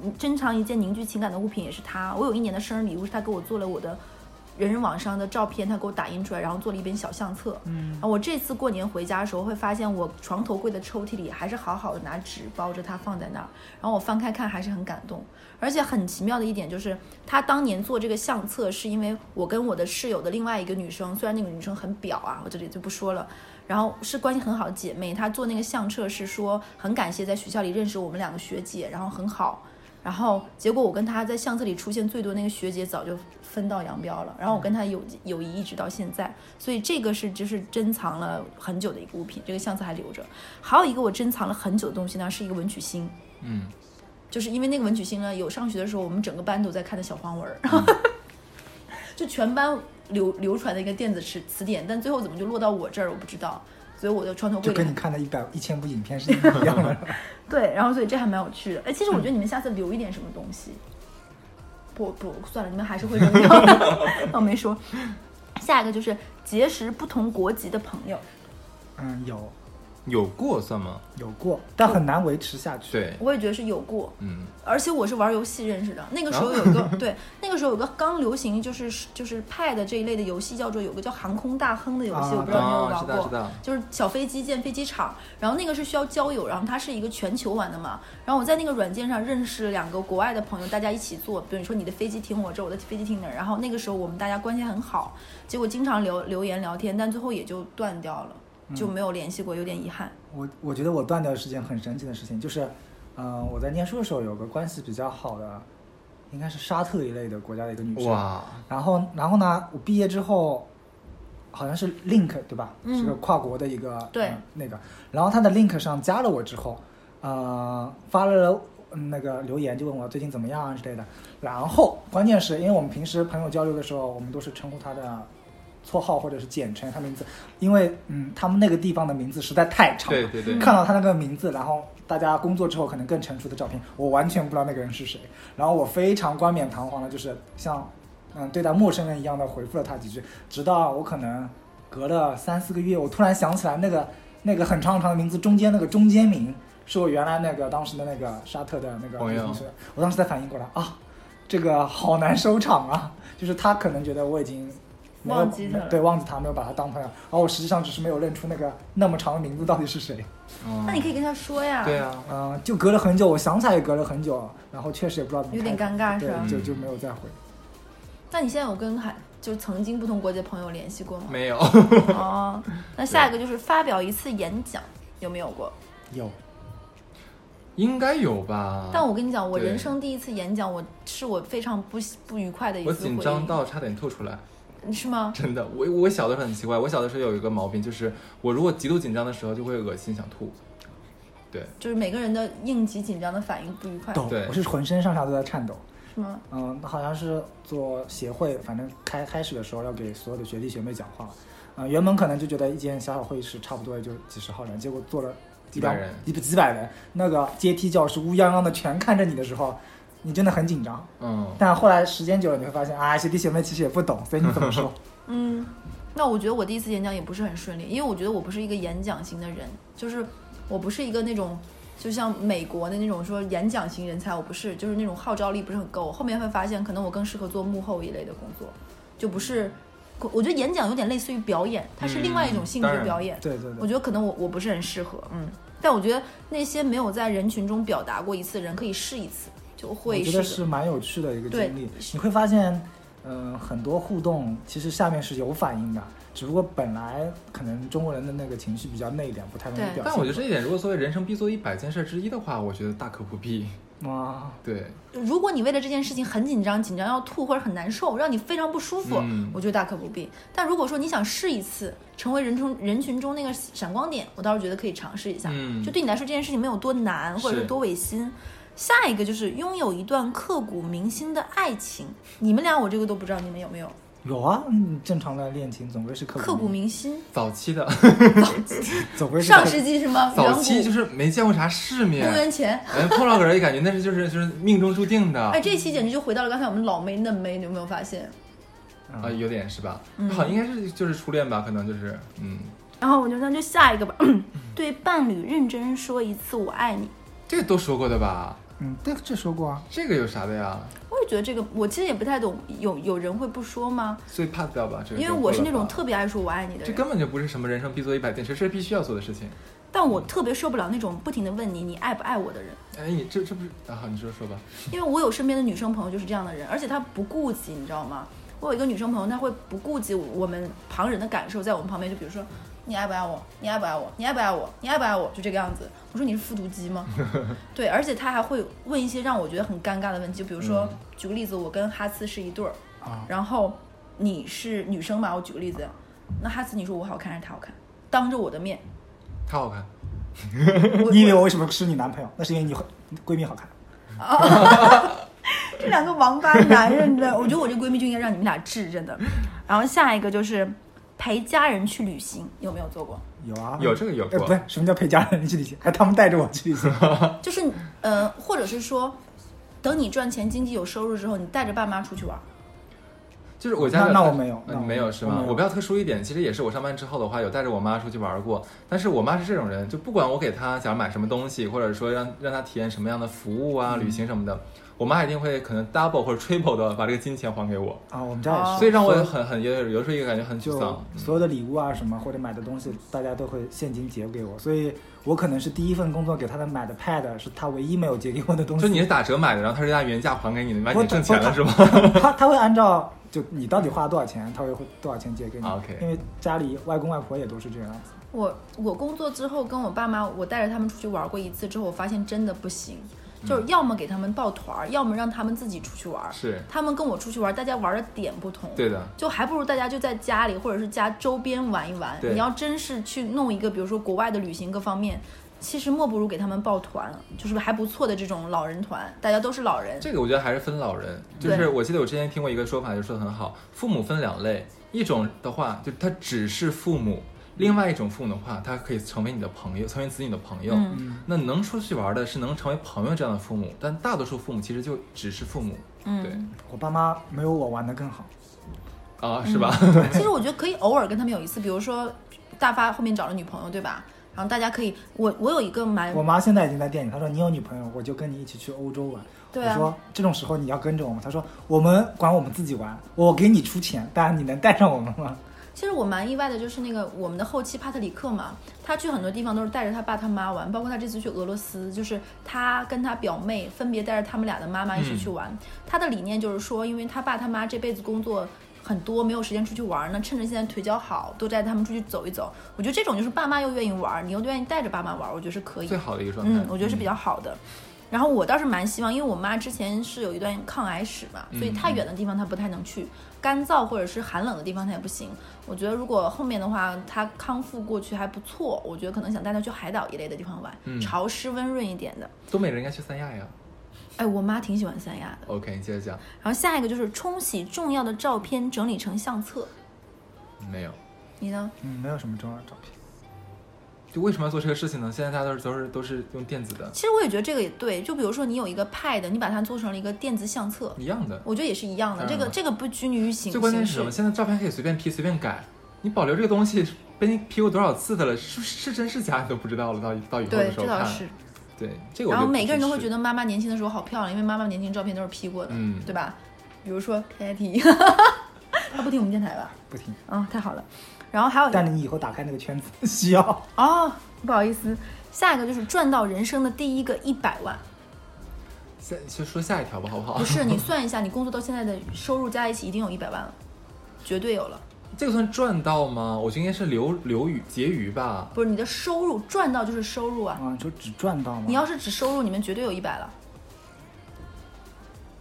B: 嗯珍藏一件凝聚情感的物品也是她。我有一年的生日礼物是她给我做了我的。人人网上的照片，她给我打印出来，然后做了一本小相册。
D: 嗯
B: 然后我这次过年回家的时候，会发现我床头柜的抽屉里还是好好的拿纸包着它放在那儿，然后我翻开看还是很感动。而且很奇妙的一点就是，他当年做这个相册，是因为我跟我的室友的另外一个女生，虽然那个女生很表啊，我这里就不说了，然后是关系很好的姐妹，她做那个相册是说很感谢在学校里认识我们两个学姐，然后很好。然后结果我跟她在相册里出现最多那个学姐早就分道扬镳了，然后我跟她友友谊一直到现在，所以这个是就是珍藏了很久的一个物品，这个相册还留着。还有一个我珍藏了很久的东西呢，是一个文曲星，
C: 嗯，
B: 就是因为那个文曲星呢，有上学的时候我们整个班都在看的小黄文儿， 就全班流流传的一个电子词词典，但最后怎么就落到我这儿，我不知道。所以我的床头柜
D: 就
B: 里
D: 跟你看的一百一千部影片是一模一样 的。
B: 对，然后所以这还蛮有趣的。哎，其实我
C: 嗯
B: 觉得你们下次留一点什么东 西，不不算了，你们还是会扔掉的。 我没说。下一个就是结识不同国籍的朋友，
D: 嗯，有
C: 有过算吗？
D: 有过，但很难维持下去。，
C: 对，
B: 我也觉得是有过，
C: 嗯，
B: 而且我是玩游戏认识的。那个时
C: 哦
B: 候有一个、对，那个时候有个刚流行就是就是 Pad 这一类的游戏，叫做有个叫航空大亨的游戏，
D: 啊
B: 我不知道你有没有
C: 啊，
B: 玩
C: 知
B: 过。
C: 道知道，
B: 就是小飞机建飞机场，然后那个是需要交友，然后它是一个全球玩的嘛。然后我在那个软件上认识了两个国外的朋友，大家一起坐，比如说你的飞机停我这儿，我的飞机停那儿。然后那个时候我们大家关系很好，结果经常留留言聊天，但最后也就断掉了，就
C: 嗯
B: 没有联系过，有点遗憾。
D: 嗯我我觉得我断掉是件很神奇的事情，就是，嗯、我在念书的时候有个关系比较好的，应该是沙特一类的国家的一个女生。
C: 哇，
D: 然后，然后呢，我毕业之后，好像是 Link 对吧？
B: 嗯
D: 是个跨国的一个
B: 对
D: 呃那个。然后他的 Link 上加了我之后，呃，发了嗯那个留言，就问我最近怎么样啊之类的。然后关键是因为我们平时朋友交流的时候，我们都是称呼他的绰号或者是简称他名字，因为嗯，他们那个地方的名字实在太长了。
C: 对对对，
D: 看到他那个名字，然后大家工作之后可能更成熟的照片，我完全不知道那个人是谁。然后我非常冠冕堂皇的，就是像嗯对待陌生人一样的回复了他几句，直到我可能隔了三四个月，我突然想起来那个那个很长很长的名字中间那个中间名是我原来那个当时的那个沙特的那个
C: 朋友
D: 同学，我当时才反应过来啊，这个好难收场啊，就是他可能觉得我已经。没有
B: 忘记他了
D: 对，忘记他没有把他当朋友，而我实际上只是没有认出那个那么长的名字到底是谁。
C: 嗯
B: 那你可以跟他说呀，
C: 对啊，
D: 嗯、就隔了很久，我想起来也隔了很久，然后确实也不知道怎么
B: 有点
D: 开口
B: 尴尬是吧
D: 对，？就
C: 嗯
D: 就没有再回。
B: 那你现在有跟还就是曾经不同国籍的朋友联系 过吗？
C: 没有，
B: 哦，那下一个就是发表一次演讲，有没有过？
D: 有，
C: 应该有吧？
B: 但我跟你讲，我
C: 对
B: 人生第一次演讲，我是我非常不喜不愉快的一次
C: 我
B: 回忆。
C: 紧张到差点吐出来。
B: 是吗？
C: 真的，我我小的时候很奇怪，我小的时候有一个毛病，就是我如果极度紧张的时候就会恶心想吐，对，
B: 就是每个人的应急紧张的反应不愉快，
D: 抖
C: 对，
D: 我是浑身上下都在颤抖。
B: 是吗？
D: 嗯，好像是做协会，反正开开始的时候要给所有的学弟学妹讲话，嗯、原本可能就觉得一间小小会议室差不多也就几十号人，结果坐了
C: 几
D: 几
C: 百
D: 百
C: 人
D: 几几百人，那个阶梯教室乌泱泱的全看着你的时候，你真的很紧张。
C: 嗯，
D: 但后来时间久了，你会发现啊，学弟学妹其实也不懂，所以你怎么说？
B: 嗯，那我觉得我第一次演讲也不是很顺利，因为我觉得我不是一个演讲型的人，就是我不是一个那种就像美国的那种说演讲型人才，我不是，就是那种号召力不是很够。后面会发现，可能我更适合做幕后一类的工作，就不是。我觉得演讲有点类似于表演，它是另外一种性质
C: 嗯当
B: 的
C: 然
B: 表演。
D: 对对
B: 我
D: 对，
B: 觉得可能我我不是很适合，嗯。但我觉得那些没有在人群中表达过一次的人，可以试一次，就
D: 我
B: 会
D: 觉
B: 是
D: 得
B: 的。
D: 是蛮有趣的一个
B: 对
D: 经历。你会发现，嗯、很多互动其实下面是有反应的，只不过本来可能中国人的那个情绪比较内敛，不太容易
B: 对
D: 表现出来。
C: 但我觉得这一点，如果作为人生必做一百件事之一的话，我觉得大可不必。
D: 哇，
C: 对，
B: 如果你为了这件事情很紧张，紧张要吐或者很难受，让你非常不舒服，
C: 嗯
B: 我觉得大可不必。但如果说你想试一次，成为人中人群中那个闪光点，我倒是觉得可以尝试一下。
C: 嗯
B: 就对你来说这件事情没有多难，或者
C: 是
B: 是多违心。下一个就是拥有一段刻骨铭心的爱情，你们俩我这个都不知道你们有没有
D: 有啊，嗯，正常的恋情总归是刻
B: 刻骨，铭心。
C: 早 期的，
D: 总归是刻
B: 上世纪是吗？
C: 早期
B: 远古
C: 就是没见过啥世面
B: 公，元前。
C: 哎，碰到个人也感觉那是就是就是命中注定的
B: 哎，，这期简直就回到了刚才我们老妹嫩妹，你有没有发现？
C: 啊，有点是吧？
B: 嗯
C: 好，应该是就是初恋吧，可能就是，嗯，
B: 然后我就那就下一个吧， 对伴侣认真说一次我爱你。
C: 这个都说过的吧？
D: 嗯，对，这说过啊，
C: 这个有啥的呀？
B: 我也觉得这个，我其实也不太懂，有有人会不说吗？
C: 所以 pass 掉吧，这个
B: 因为
C: 就
B: 我是
C: 过了
B: 那种
C: 吧
B: 特别爱说我爱你的
C: 这
B: 人，
C: 根本就不是什么人生必做一百件事，这是必须要做的事情。
B: 但我特别受不了那种不停的问你你爱不爱我的人，
C: 哎，你这这不是啊？好，你说说吧。
B: 因为我有身边的女生朋友就是这样的人，而且她不顾及，你知道吗？我有一个女生朋友，她会不顾及我们旁人的感受，在我们旁边就比如说你爱不爱我，你爱不爱我，你爱不爱我，你爱不爱我，就这个样子。我说你是复读机吗？ 对，而且她还会问一些让我觉得很尴尬的问题，就比如说、
C: 嗯
B: 举个例子，我跟哈斯是一对儿，
D: 啊，
B: 然后你是女生嘛，我举个例子，那哈斯你说我好看还是他好看？当着我的面，
C: 他好看，
B: 我
D: 你以为我为什么是你男朋友？那是因为你好你闺蜜好看，
B: 这两个王八男人的， 我觉得我这闺蜜就应该让你们俩治，真的。然后下一个就是陪家人去旅行，有没有做过？
D: 有啊，
C: 有这个有
D: 哎，
C: 过
D: 不。是什么叫陪家人去旅行，还他们带着我去 旅行，
B: 就是呃，或者是说，等你赚钱、经济有收入之后，你带着爸妈出去玩。
C: 就是我家
D: 那
C: 的
D: 那我没有
C: 呃
D: 那我
C: 你
D: 没
C: 没
D: 有嗯
C: 有是吗
D: 我？没有
C: 我比较特殊一点，其实也是我上班之后的话，有带着我妈出去玩过。但是我妈是这种人，就不管我给她想买什么东西，或者说让让她体验什么样的服务啊、
D: 嗯
C: 旅行什么的，我妈一定会可能 double 或者 triple 的把这个金钱还给我，
D: 啊，我们家也
B: 哦
D: 是，
C: 所以让我
D: 所有
C: 很很也有有时候也感觉很沮
D: 就
C: 丧。嗯
D: 所有的礼物啊什么或者买的东西，大家都会现金结给我，所以我可能是第一份工作给他的买的 pad 是他唯一没有结给我的东
C: 就
D: 西，
C: 你是打折买的，然后她是按原价还给你的，你妈
D: 不
C: 你挣
D: 不
C: 钱了
D: 不
C: 是吗？
D: 他他会按照就你到底花了多少钱，他会会多少钱结给你
C: OK
D: 因为家里外公外婆也都是这样子，
B: 我我工作之后跟我爸妈，我带着他们出去玩过一次之后，我发现真的不行，就是要么给他们报团儿，要么让他们自己出去玩。
C: 是，
B: 他们跟我出去玩，大家玩的点不同。
C: 对的，
B: 就还不如大家就在家里或者是家周边玩一玩。
C: 对
B: 你要真是去弄一个，比如说国外的旅行各方面，其实莫不如给他们报团，就是还不错的这种老人团，大家都是老人。
C: 这个我觉得还是分老人，就是
B: 对
C: 我记得我之前听过一个说法，就说的很好，父母分两类，一种的话就他只是父母，另外一种父母的话，他可以成为你的朋友，成为子女的朋友。
B: 嗯
D: 嗯，
C: 那能出去玩的是能成为朋友这样的父母，但大多数父母其实就只是父母，对
B: 嗯，
D: 我爸妈没有我玩的更好，
C: 啊，是吧？
B: 其实我觉得可以偶尔跟他们有一次，比如说大发后面找了女朋友，对吧？然后大家可以，我我有一个蛮
D: 我妈现在已经在店里，她说你有女朋友，我就跟你一起去欧洲玩。
B: 对啊
D: 我说这种时候你要跟着我吗？她说我们管我们自己玩，我给你出钱，但你能带上我们吗？
B: 其实我蛮意外的，就是那个我们的后期帕特里克嘛，他去很多地方都是带着他爸他妈玩，包括他这次去俄罗斯，就是他跟他表妹分别带着他们俩的妈妈一起去玩。他的理念就是说，因为他爸他妈这辈子工作。很多没有时间出去玩呢，趁着现在腿脚好，多带他们出去走一走。我觉嗯得这种就是爸妈又愿意玩，你又愿意带着爸妈玩，我觉得是可以
C: 最。好的一个状态。嗯
B: 嗯，我觉得是比较好的。然后我倒是蛮希望，因为我妈之前是有一段抗癌史嘛，所以
C: 嗯
B: 太远的地方她不太能去，干燥或者是寒冷的地方她也不行。我觉得如果后面的话，她康复过去还不错，我觉得可能想带她去海岛一类的地方玩，
C: 嗯
B: 潮湿温润一点的。
C: 东北人应该去三亚呀。
B: 哎，我妈挺喜欢三亚的。
C: OK，你接着讲。
B: 然后下一个就是冲洗重要的照片，整理成相册。
C: 没有，
B: 你呢？
D: 嗯，没有什么重要的照片。
C: 就为什么要做这个事情呢？现在大家都是都是都是用电子的，
B: 其实我也觉得这个也对，就比如说你有一个 Pad，你把它做成了一个电子相册，
C: 一样的。
B: 我觉得也是一样的。
C: 当
B: 这
C: 然
B: 个
C: 了
B: 这个不拘泥于形
C: 嗯最关键是什
B: 形
C: 么？
B: 式，
C: 现在照片可以随便 P 随便改，你保留这个东西被你 P 过多少次的了，是是真是假你都不知道了。到到以后的
B: 对，
C: 时
B: 这
C: 候
B: 倒
C: 看，
B: 是。
C: 对这个我
B: 然后
C: 就不
B: 每个人都会
C: 支
B: 觉
C: 持，
B: 得妈妈年轻的时候好漂亮，因为妈妈年轻照片都是 P 过的，
C: 嗯
B: 对吧？比如说 Kitty，她不听我们电台吧？
D: 不听。
B: 啊、太好了。然后还有一个
D: 但你以后打开那个圈子需要。
B: 哦，不好意思，下一个就是赚到人生的第一个一百万。
C: 下就说下一条吧，好不好？
B: 不是，你算一下，你工作到现在的收入加一起，一定有一百万了，绝对有了。
C: 这个算赚到吗？我觉得应该是留留余结余吧。
B: 不是你的收入赚到就是收入啊，
D: 啊，你说只赚到吗？
B: 你要是只收入，你们绝对有一百了，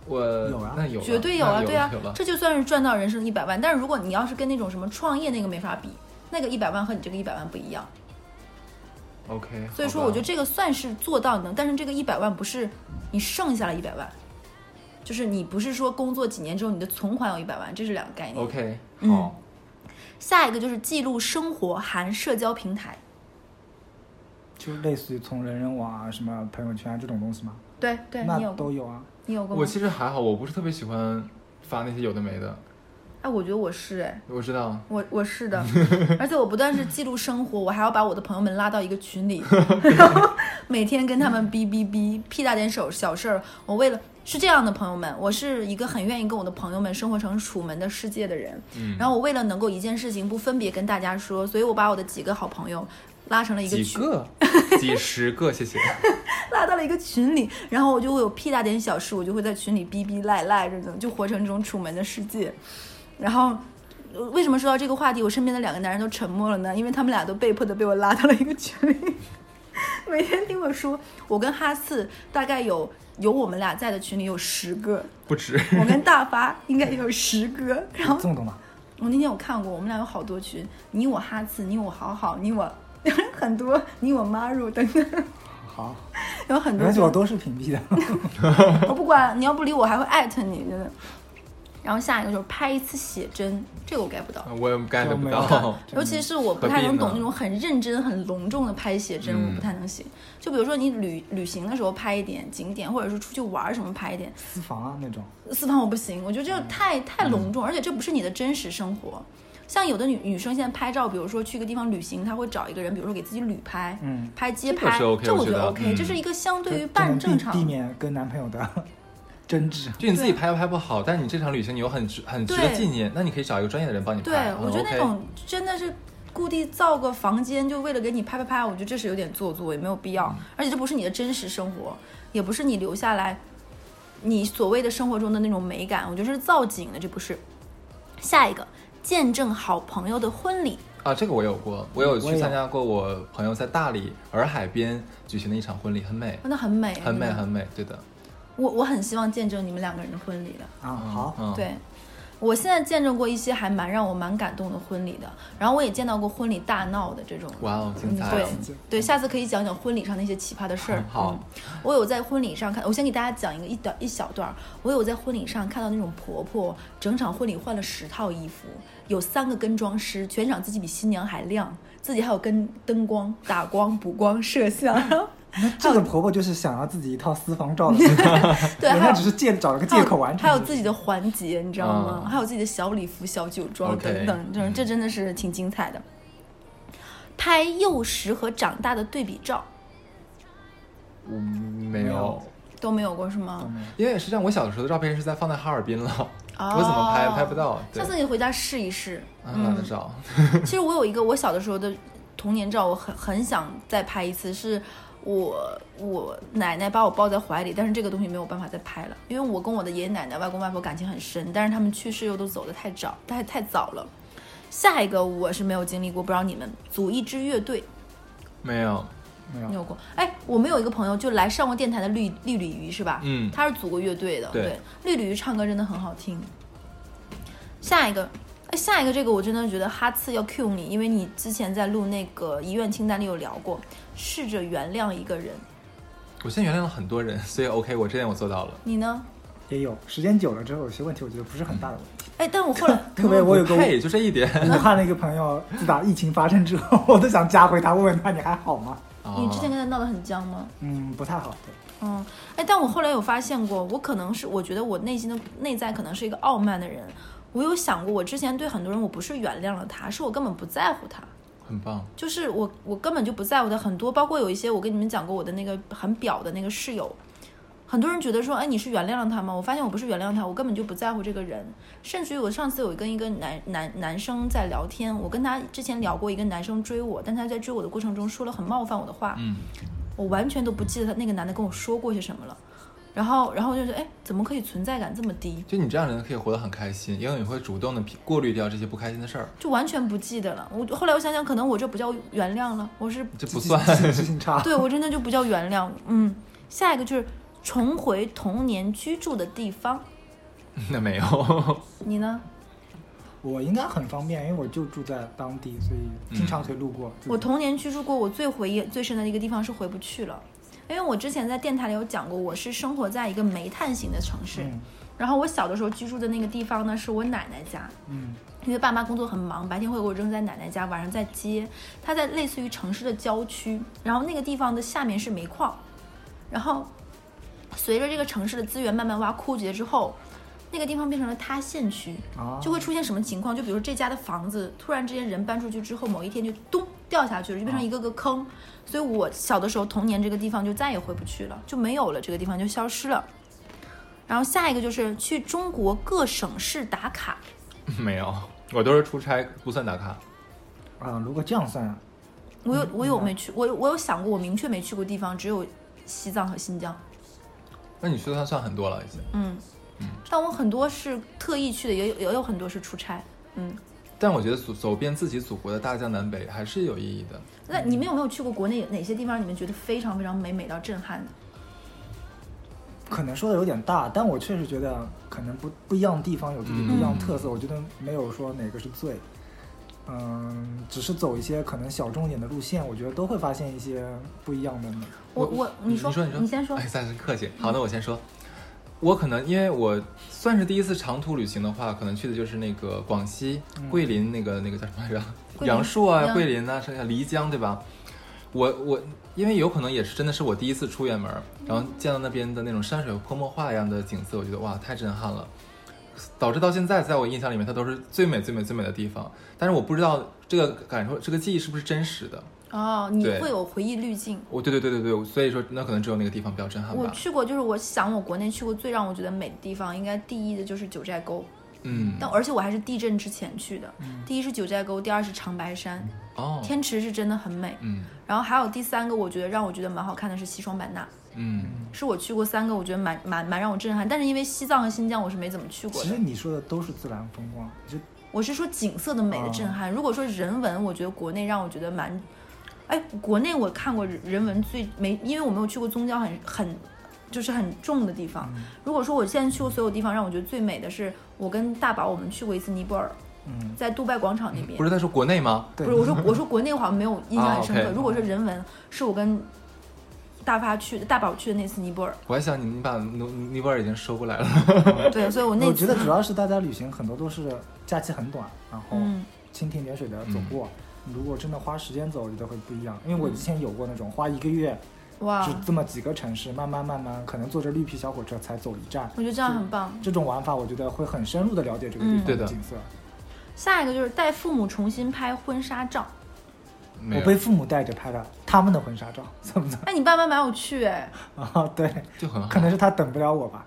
C: 我
D: 有啊
C: 那有了
B: 绝对有
C: 那有
B: 啊，对啊
C: 有了，
B: 这就算是赚到人生一百万。但是如果你要是跟那种什么创业那个没法比，那个一百万和你这个一百万不一样。
C: OK。
B: 所以说，我觉得这个算是做到能，但是这个一百万不是你剩下了一百万，就是你不是说工作几年之后你的存款有一百万，这是两个概念。
C: OK
B: 嗯
C: 好，
B: 下一个就是记录生活含社交平台，
D: 就类似于从人人网啊、什么朋友圈啊这种东西吗？
B: 对对，
D: 那
B: 你有过
D: 都有啊。
B: 你有过
C: 我
B: 吗？
C: 其实还好，我不是特别喜欢发那些有的没的。
B: 哎，我觉得我是哎，
C: 我知道，
B: 我我是的，而且我不但是记录生活，我还要把我的朋友们拉到一个群里，然后每天跟他们哔哔哔，屁大点手小事儿。我为了是这样的朋友们，我是一个很愿意跟我的朋友们生活成楚门的世界的人。
C: 嗯，
B: 然后我为了能够一件事情不分别跟大家说，所以我把我的几个好朋友拉成了一个
C: 几
B: 群，
C: 个，几十个，谢谢。
B: 拉到了一个群里，然后我就会有屁大点小事，我就会在群里逼逼赖赖这种，就活成这种楚门的世界。然后呃为什么说到这个话题，我身边的两个男人都沉默了呢？因为他们俩都被迫的被我拉到了一个群里， 每天听我说，我跟哈次大概有有我们俩在的群里有十个，
C: 不止，
B: 我跟大发应该也有十个，然后
D: 这么多吗？
B: 我那天有看过，我们俩有好多群，你我哈次，你我好好，你我 很多，你我妈入等等，
D: 好，
B: 有很
D: 没
B: 多
D: 关系，
B: 群。
D: 我都是屏蔽的。
B: 我不管，你要不理我，还会艾特你，真的。然后下一个就是拍一次写真，这个我 get 不到，
C: 我也 get
D: 就
C: 不
D: 没有
C: 到。
B: 尤其是我不太能懂
C: 何必呢
B: 那种很认真、很隆重的拍写真，
C: 嗯
B: 我不太能行。就比如说你旅旅行的时候拍一点景点，或者是出去玩儿什么拍一点，
D: 私房啊那种，
B: 私房我不行，我觉得这个太
C: 嗯
B: 太隆重，而且这不是你的真实生活。像有的女女生现在拍照，比如说去一个地方旅行，她会找一个人，比如说给自己旅拍，
D: 嗯
B: 拍街
C: 这个
B: 拍，
C: 是 OK，
B: 这
C: 我
B: 觉
C: 觉
B: 得
C: 得
B: OK，、
C: 嗯
B: 这是一个相对于
D: 就
B: 半
D: 就
B: 正
D: 能避
B: 常
D: 避免跟男朋友的 争执。
C: 就你自己拍又拍不好，但你这场旅行你又很值很值得
B: 对
C: 纪念，那你可以找一个专业的人帮你
B: 对
C: 拍。，嗯
B: 我觉得那种真的是故地造个房间，就为了给你拍拍拍，我觉得这是有点做作，也没有必
C: 嗯
B: 要。而且这不是你的真实生活，也不是你留下来你所谓的生活中的那种美感，我觉得这是造景的，这不是。下一个，见证好朋友的婚礼，
C: 啊，这个我有过，我有
D: 嗯我也
C: 去
D: 有
C: 参加过我朋友在大理洱海边举行的一场婚礼，很美，
B: 真的很美，
C: 很美，
B: 真的
C: 很美，对的。
B: 我我很希望见证你们两个人的婚礼的。
D: 啊，
C: 嗯
D: 好，
C: 嗯，
B: 对，我现在见证过一些还蛮让我蛮感动的婚礼的，然后我也见到过婚礼大闹的这种。
C: 哇哦，精
B: 嗯，
C: 彩
B: 对
C: 哦！
B: 对，下次可以讲讲婚礼上那些奇葩的事儿。
C: 好
B: 嗯，我有在婚礼上看，我先给大家讲一个一短一小段儿。我有在婚礼上看到那种婆婆，整场婚礼换了十套衣服，有三个跟妆师，全场自己比新娘还亮，自己还有跟灯光、打光、补光、摄像，然后
D: 那这个婆婆就是想要自己一套私 房照的，人
B: 对，还
D: 家
B: 有
D: 只是借找了个借口完成。
B: 还有自己的环节，你知道吗？
C: 嗯
B: 还有自己的小礼服、小酒庄
C: OK，
B: 等等，这
C: 嗯
B: 这真的是挺精彩的。拍幼时和长大的对比照
C: 嗯，没
D: 没
C: 有
D: 有，
B: 都没有过是吗？
D: 懂没有
C: 因为实际上我小时候的照片是在放在哈尔滨了，
B: 哦
C: 我怎么拍拍不到，对
B: 下，次你嗯回家试一试。
C: 啊懒得照。
B: 其实我有一个我小的时候的童年照，我很很想再拍一次，是我我奶奶把我抱在怀里，但是这个东西没有办法再拍了，因为我跟我的爷爷奶奶、外公外婆感情很深，但是他们去世又都走得太早，太太早了。下一个我是没有经历过，不知道你们组一支乐队，
C: 没有，
D: 没有
B: 你有过？哎，我们有一个朋友就来上过电台的绿绿鲤鱼是吧？
C: 嗯
B: 他是组过乐队的，
C: 对
B: 绿鲤鱼唱歌真的很好听。下一个，哎，下一个这个我真的觉得哈次要 cue 你，因为你之前在录那个遗愿清单里有聊过，试着原谅一个人，
C: 我现在原谅了很多人，所以 OK，我这点我做到了。
B: 你呢？
D: 也有。时间久了之后，有些问题我觉得不是很大的问题。
B: 哎，但我后来
D: 特别我有个
C: 嘿，就这一点。
D: 武汉的一个朋友，自打疫情发生之后，我都想加回他，问问他你还好吗？
B: 嗯你之前
C: 哦
B: 跟他闹得很僵吗？
D: 嗯，不太好。对，
B: 嗯，哎，但我后来有发现过，我可能是我觉得我内心的内在可能是一个傲慢的人。我有想过，我之前对很多人我不是原谅了他，是我根本不在乎他，
C: 很棒，
B: 就是我我根本就不在乎他。很多包括有一些我跟你们讲过我的那个很表的那个室友，很多人觉得说，哎，你是原谅了他吗？我发现我不是原谅他，我根本就不在乎这个人。甚至于我上次有跟一个男男男生在聊天，我跟他之前聊过一个男生追我，但他在追我的过程中说了很冒犯我的话，
C: 嗯，
B: 我完全都不记得他那个男的跟我说过些什么了。然后，然后我就觉得，哎，怎么可以存在感这么低？
C: 就你这样的人可以活得很开心，因为你会主动的过滤掉这些不开心的事儿，
B: 就完全不记得了。我后来我想想，可能我这不叫原谅了，我是
C: 这不算。
D: 事情 差。
B: 对我真的就不叫原谅。嗯，下一个就是重回童年居住的地方。
C: 那没有，
B: 你呢？
D: 我应该很方便，因为我就住在当地，所以经常会路过。
B: 我童年居住过我最回忆最深的一个地方是回不去了，因为我之前在电台里有讲过，我是生活在一个煤炭型的城市，
D: 嗯
B: 然后我小的时候居住的那个地方呢是我奶奶家，
D: 嗯，
B: 因为爸妈工作很忙，白天会给我扔在奶奶家，晚上再接。它在类似于城市的郊区，然后那个地方的下面是煤矿，然后随着这个城市的资源慢慢挖枯竭之后，那个地方变成了塌陷区，
D: 啊，
B: 就会出现什么情况？就比如这家的房子突然之间人搬出去之后，某一天就咚掉下去了，就变成一个个坑。所以我小的时候童年这个地方就再也回不去了，就没有了，这个地方就消失了。然后下一个就是去中国各省市打卡。
C: 没有，我都是出差，不算打卡。
D: 啊，如果这样算，
B: 我有我有没去，我有我有想过，我明确没去过地方只有西藏和新疆。
C: 那你去的算算很多了已经，
B: 嗯，但我很多是特意去的，也有也有很多是出差。嗯，
C: 但我觉得走走遍自己祖国的大江南北还是有意义的。
B: 那你们有没有去过国内哪些地方？你们觉得非常非常美，美到震撼的？
D: 可能说的有点大，但我确实觉得可能不不一样的地方有自己不一样的特
C: 嗯
D: 色，我觉得没有说哪个是最，嗯，只是走一些可能小众一点的路线，我觉得都会发现一些不一样的美。
B: 我我
C: 你
B: 说
C: 你说
B: 你先说嗯
C: 哎，，暂时客气。好，那我先说。我可能因为我算是第一次长途旅行的话，可能去的就是那个广西
D: 嗯
C: 桂林那个那个叫什么来着？
B: 桂林
C: 杨树啊，
B: 嗯
C: 桂林啊，剩下漓江对吧？我我因为有可能也是真的是我第一次出远门儿，然
B: 嗯
C: 后见到那边的那种山水泼墨画一样的景色，我觉得哇太震撼了，导致到现在在我印象里面它都是最美最美最美的地方，但是我不知道这个感受这个记忆是不是真实的。
B: 哦，你
C: 对
B: 会有回忆滤镜。
C: 哦我对对对对对，所以说那可能只有那个地方比较震撼
B: 我
C: 吧。
B: 去过，就是我想我国内去过最让我觉得美的地方，应该第一的就是九寨沟。
C: 嗯，
B: 但而且我还是地震之前去的，第一是九寨沟，第二是长白山，
C: 哦，
B: 天池是真的很美。
C: 嗯
B: 然后还有第三个，我觉得让我觉得蛮好看的是西双版纳，
C: 嗯，
B: 是我去过三个，我觉得蛮蛮蛮让我震撼。但是因为西藏和新疆我是没怎么去过
D: 其实
B: 的，
D: 你说的都是自然风光，就
B: 我是说景色的美的震
D: 啊
B: 撼。如果说人文，我觉得国内让我觉得蛮，哎，国内我看过人人文最没，因为我没有去过宗教很很。就是很重的地
D: 啊
B: 方。
D: 嗯
B: 如果说我现在去过所有地方，让我觉得最美的是我跟大宝我们去过一次尼泊尔，
D: 嗯，
B: 在杜拜广场那边
C: 不。是在说国内吗？
D: 对
B: 不是，我说我说国内好像没有印象很深刻。
C: 啊，OK
B: 如果说人文，是我跟大发去大宝去的那次尼泊尔，
C: 我还想你，你把尼尼泊尔已经收过来了。
B: 对，所以我那
D: 嗯我
B: 次
D: 觉得主要是大家旅行很多都是假期很短，然后
B: 嗯
D: 蜻蜓点水的
C: 嗯
D: 走过。如果真的花时间走，我觉得会不一样。因为我
B: 嗯
D: 之前有过那种花一个月，
B: 哇
D: 就，这么几个城市，慢慢慢慢，可能坐着绿皮小火车才走一站。
B: 我觉得这样很棒。
D: 这种玩法，我觉得会很深入的了解这个地
B: 嗯
D: 方
C: 对的
D: 的景色。
B: 下一个就是带父母重新拍婚纱照。
C: 没
D: 我
C: 有
D: 被，父母带着拍的他们的婚纱照， 怎么怎
B: 哎，你爸妈没有去哎，
D: 么 啊？对，
C: 就很好
D: 可，能是他等不了我 吧，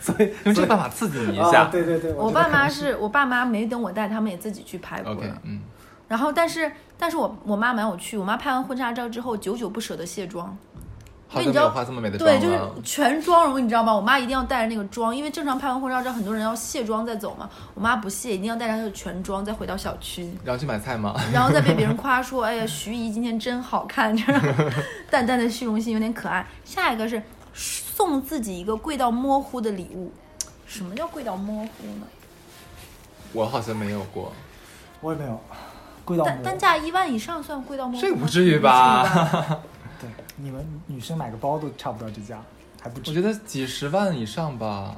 D: 所以
C: 用这个办法刺激你一
D: 啊，
C: 下。
D: 对对对，
B: 我
D: 觉得
B: 爸
D: 可能
B: 妈是我爸妈没等我带，他们也自己去拍过
C: OK，
B: 了。
C: 嗯，
B: 然后，但是但是我我妈没有去，我妈拍完婚纱照之后久久不舍得卸妆，因
C: 好
B: 为
C: 久
B: 你知
C: 没有
B: 道
C: 化这么美的妆
B: 对，
C: 了。
B: 就是全妆容，你知道吗？我妈一定要带着那个妆，因为正常拍完婚纱照，很多人要卸妆再走嘛。我妈不卸，一定要带着她的全妆再回到小区，
C: 然后去买菜吗？
B: 然后再被别人夸说：“哎呀，徐姨今天真好看。”这样 淡淡的虚荣心有点可爱。下一个是送自己一个贵到模糊的礼物。什么叫贵到模糊呢？
C: 我好像没有过，
D: 我也没有，贵到
B: 单
D: 我
B: 单价一万以上算贵到模糊吗？
C: 这个不至于吧
B: 不至于吧
D: 对你们女生买个包都差不到这价，还不
C: 我
D: 止。
C: 觉得几十万以上吧，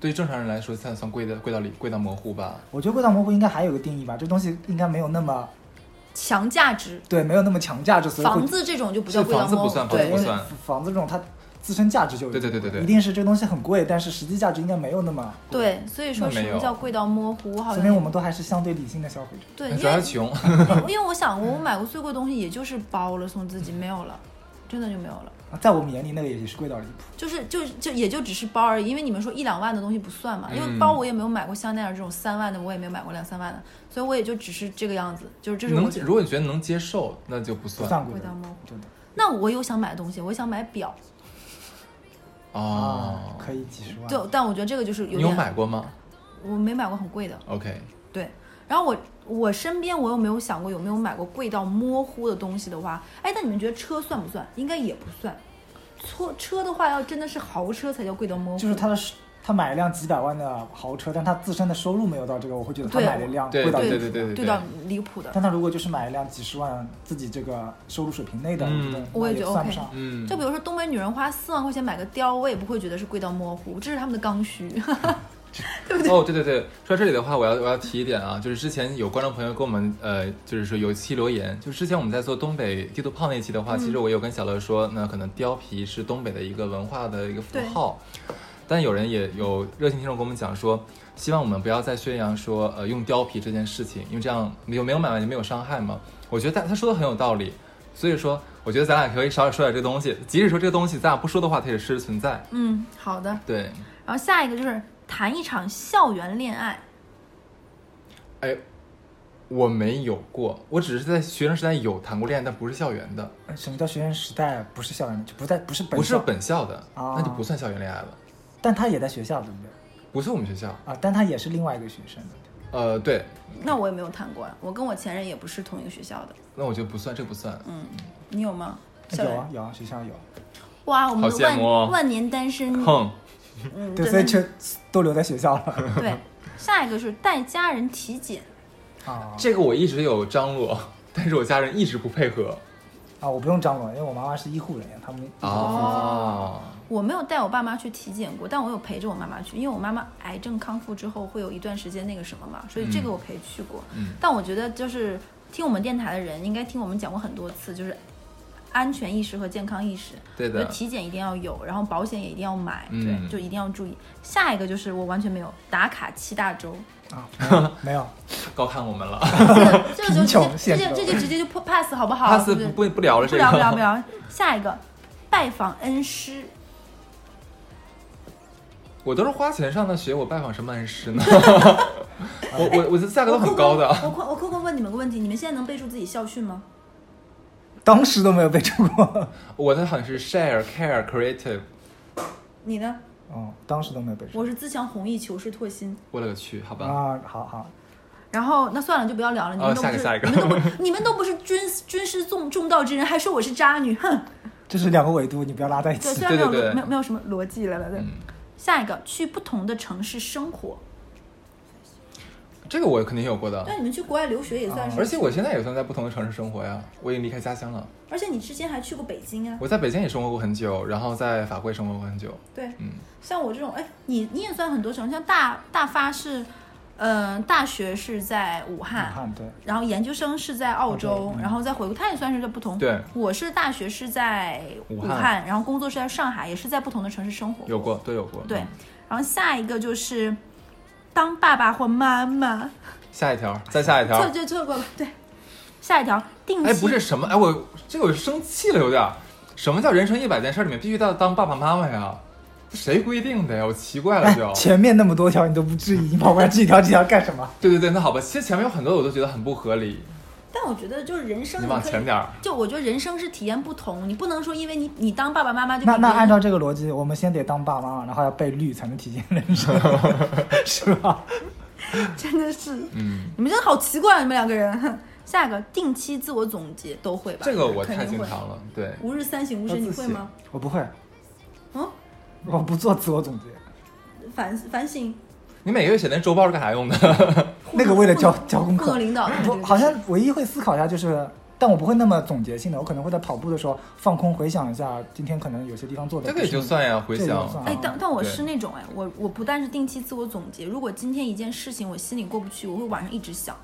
C: 对于正常人来说算算贵的，贵到里贵到模糊吧。
D: 我觉得贵到模糊应该还有个定义吧，这东西应该没有那么
B: 强价值，
D: 对，没有那么强价值，所以会
B: 房子这种就不叫
C: 是
B: 贵到
C: 房子
B: 模
C: 不
B: 糊
C: 算，
D: 对，
B: 对
D: 因
C: 不
D: 为
C: 算
D: 房子这种它自身价值就有
C: 对对对对对
D: 一定是这个东西很贵，但是实际价值应该没有那么。
B: 对，所以说
C: 那
B: 什
C: 没有
B: 么叫贵到模糊？好
D: 说
B: 像
D: 明我们都还是相对理性的消费者。
B: 对，因
C: 主要
B: 为
C: 是穷，
B: 因为我想过，我买过最贵的东西也就是包了送自己，没有了，真的就没有了。
D: 啊在我们眼里，那个也是贵到离谱。
B: 就是就就也就只是包而已，因为你们说一两万的东西不算嘛，因为
C: 嗯
B: 包我也没有买过香奈儿这种三万的，我也没有买过两三万的，所以我也就只是这个样子，就是这是
C: 能
B: 我觉得
C: 如果你觉得能接受，那就不
D: 不
C: 算
D: 算贵
B: 贵
D: 的
B: 到，模糊。
D: 对的
B: 那我有想买的东西，我想买表，
D: 啊
C: 哦，。
D: 可以几十万。
B: 就但我觉得这个就是有
C: 你有
B: 点，
C: 买过吗
B: 我没买过很贵的，
C: ？OK，
B: 对。然后我我身边我又没有想过有没有买过贵到模糊的东西的话，哎，那你们觉得车算不算？应该也不算。车车的话，要真的是豪车才叫贵到模糊，
D: 就是他的收，他买了辆几百万的豪车，但他自身的收入没有到这个，我会觉得他
B: 对
D: 买了一辆
C: 对
D: 贵到离
C: 对
D: 谱。
C: 对对
B: 对到离谱的。
D: 但他如果就是买一辆几十万自己这个收入水平内的，
C: 嗯
D: 我觉得
B: 我也
D: 那
B: 觉得
D: 算
B: OK
D: 不上。
C: 嗯，
B: 就比如说东北女人花四万块钱买个貂，我也不会觉得是贵到模糊，这是他们的刚需。
C: 哦，对对对，说到这里的话，我要我要提一点啊，就是之前有观众朋友跟我们呃，就是说有一期留言，就是之前我们在做东北地图炮那期的话，其实我有跟小乐说，那可能貂皮是东北的一个文化的一个符
B: 对
C: 号，但有人也有热心听众跟我们讲说，希望我们不要再宣扬说呃用貂皮这件事情，因为这样没有没有买完就没有伤害嘛。我觉得他他说的很有道理，所以说我觉得咱俩可以少点说点这个东西，即使说这个东西咱俩不说的话，它也是存在。
B: 嗯，好的。
C: 对，
B: 然后下一个就是谈一场校园恋爱，
C: 哎，我没有过，我只是在学生时代有谈过恋爱，但不是校园的，
D: 呃什么叫学生时代？不是校园，就不在，不是本
C: 不是
D: 校，
C: 本校的，
D: 啊
B: 哦
C: 那就不算校园恋爱了，
D: 但他也在学校，对不对？
C: 不是我们学校。
D: 啊，但他也是另外一个学生的。
C: 呃，对，
B: 那我也没有谈过啊，我跟我前任也不是同一个学校的。
C: 那我觉得不算，这不算。
B: 嗯，你有吗？校
D: 有啊
B: 园
D: 有啊，学校有，
B: 哇，我们
C: 好
B: 的
C: 羡
B: 万、
C: 慕哦
B: 万年单 身，
C: 哼，
B: 嗯，真
D: 对，所
B: 的
D: 以就都留在学校了
B: 对。下一个是带家人体检，
D: 啊
C: 这个我一直有张罗， 但是我家人一直不配合。
D: 啊！我不用张罗，因为我妈妈是医护人员，他们
C: 哦，
B: 我没有带我爸妈去体检过，但我有陪着我妈妈去，因为我妈妈癌症康复之后会有一段时间那个什么嘛，所以这个
C: 嗯
B: 我陪去过。
C: 嗯，
B: 但我觉得就是听我们电台的人应该听我们讲过很多次，就是安全意识和健康意识。
C: 对
B: 我觉得
C: 的，
B: 体检一定要有，然后保险也一定要买，
C: 嗯
B: 对，就一定要注意。下一个就是我完全没有打卡七大 洲，
D: 啊，没有没有，
C: 高看我们了。
B: 这个就直
D: 贫穷
B: 接这
D: 限
B: 就
D: 制
B: 这就直接就 pass 好不好？
C: pass
B: 对对
C: 不不不聊了，
B: 不
C: 这
B: 聊不 聊不
C: 个。
B: 聊。下一个，拜访恩师，
C: 我都是花钱上的学，我拜访什么恩 师呢？我我我的价格都很高的。啊
B: 我扣我扣扣问你们个问题，你们现在能背出自己校训吗？
D: 当时都没有被救过。
C: 我的好像是 share care creative，
B: 你呢？
D: 哦，当时都没有被救
B: 我是自强弘毅，求是拓新。
C: 我勒个去，好
B: 哦
C: 吧。
D: 啊，好好，
B: 然后那算了，就不要聊了。你们
C: 哦
B: 都
C: 下
B: 不
C: 一个
B: 是，
C: 下一个
B: 你们都不，你们都不是军军师 重重道之人，还说我是渣女，哼！
D: 这是两个维度，你不要拉在一
B: 对，
D: 起。
B: 虽然没有
C: 对对对
B: 没有没有什么逻辑了了，对。
C: 嗯
B: 下一个，去不同的城市生活，
C: 这个我肯定有过的，
B: 对，你们去国外留学也算是，
C: 啊而且我现在也算在不同的城市生活呀，我已经离开家乡了。
B: 而且你之前还去过北京啊，
C: 我在北京也生活过很久，然后在法国也生活过很久。
B: 对，
C: 嗯，
B: 像我这种，哎，你你也算很多城，像大大发是，呃，大学是在武汉。
D: 武汉对，
B: 然后研究生是在澳洲，
D: 澳洲嗯
B: 然后再回国，他也算是在不同。
C: 对
B: 我是大学是在武
C: 武
B: 汉，
C: 汉
B: 然后工作是在上海，也是在不同的城市生活。
C: 有过，都有过。
B: 对
C: 嗯，
B: 然后下一个就是当爸爸或妈妈，
C: 下一条，再下一条
B: 错。 就错过了，对，下一条定期
C: 哎，不是什么，哎，我这个我生气了，有点儿。什么叫人生一百件事里面必须要当爸爸妈妈呀？谁规定的呀？我奇怪了
D: 哎
C: 就，。
D: 前面那么多条你都不质疑，你跑过来质疑一条这条干什么？
C: 对对对，那好吧，其实前面有很多我都觉得很不合理。
B: 但我觉得就是人生
C: 你
B: 你
C: 往
B: 可以
C: 前点儿，
B: 就我觉得人生是体验不同，你不能说因为你你当爸爸妈妈就
D: 那
B: 比
D: 那
B: 别人
D: 按照这个逻辑，我们先得当爸妈，然后要被绿才能体现人 生， 是吧？
B: 真的是，
C: 嗯，
B: 你们真的好奇怪，你们两个人。 下一个定期自我总结都会吧？
C: 这个我
B: 肯
C: 太
B: 定
C: 经
B: 会。
C: 常了，对，
B: 吾日三省吾身，
C: 要
B: 你
C: 自
B: 会
C: 省
B: 吗？
D: 我不会，
B: 嗯，
D: 我不做自我总结，
B: 反反省。
C: 你每个月写那周报是干啥用的？
D: 那个为了交交功
B: 不
D: 课
B: 能，领导，
D: 我好像唯一会思考一下就是，但我不会那么总结性的，我可能会在跑步的时候放空回想一下今天可能有些地方做的
C: 这
D: 不
C: 个
D: 是。
C: 也就算呀，回
D: 这个
C: 想
D: 就。算
B: 哎，但但我
C: 对
B: 是那种哎，我我不但是定期自我总结，如果今天一件事情我心里过不去，我会晚上一直想。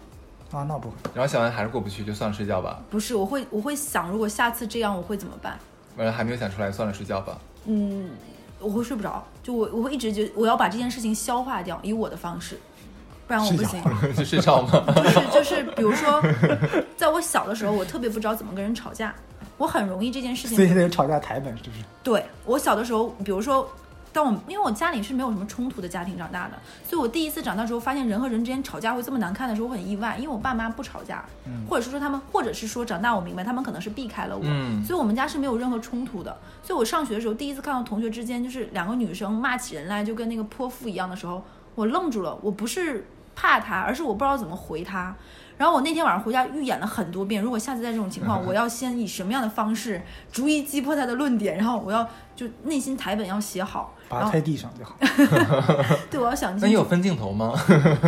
D: 啊，那我不会，
C: 然后想完还是过不去，就算了睡觉吧。
B: 不是，我会我会想，如果下次这样我会怎么办？
C: 完了还没有想出来，算了睡觉吧。
B: 嗯，我会睡不着，就我我会一直觉得我要把这件事情消化掉，以我的方式，不然我不 行。
C: 就睡觉吗？
B: 就是就是，比如说，在我小的时候，我特别不知道怎么跟人吵架，我很容易这件事
D: 所以
B: 情。
D: 得吵架台本是不是？
B: 对我小的时候，比如说，当我因为我家里是没有什么冲突的家庭长大的，所以我第一次长大之后，发现人和人之间吵架会这么难看的时候，我很意外，因为我爸妈不吵架，
D: 嗯
B: 或者是说他们，或者是说长大我明白他们可能是避开了我，
C: 嗯
B: 所以我们家是没有任何冲突的。所以我上学的时候，第一次看到同学之间就是两个女生骂起人来就跟那个泼妇一样的时候，我愣住了。我不是怕她，而是我不知道怎么回她。然后我那天晚上回家预演了很多遍，如果下次再这种情 况，我要先以什么样的方式逐一击破她的论点，然后我要就内心台本要写好，
D: 把
B: 然
D: 它
B: 后
D: 推地上 就好。
B: 对我要想
C: 那
B: 清
C: 你
B: 楚
C: 有分镜头吗？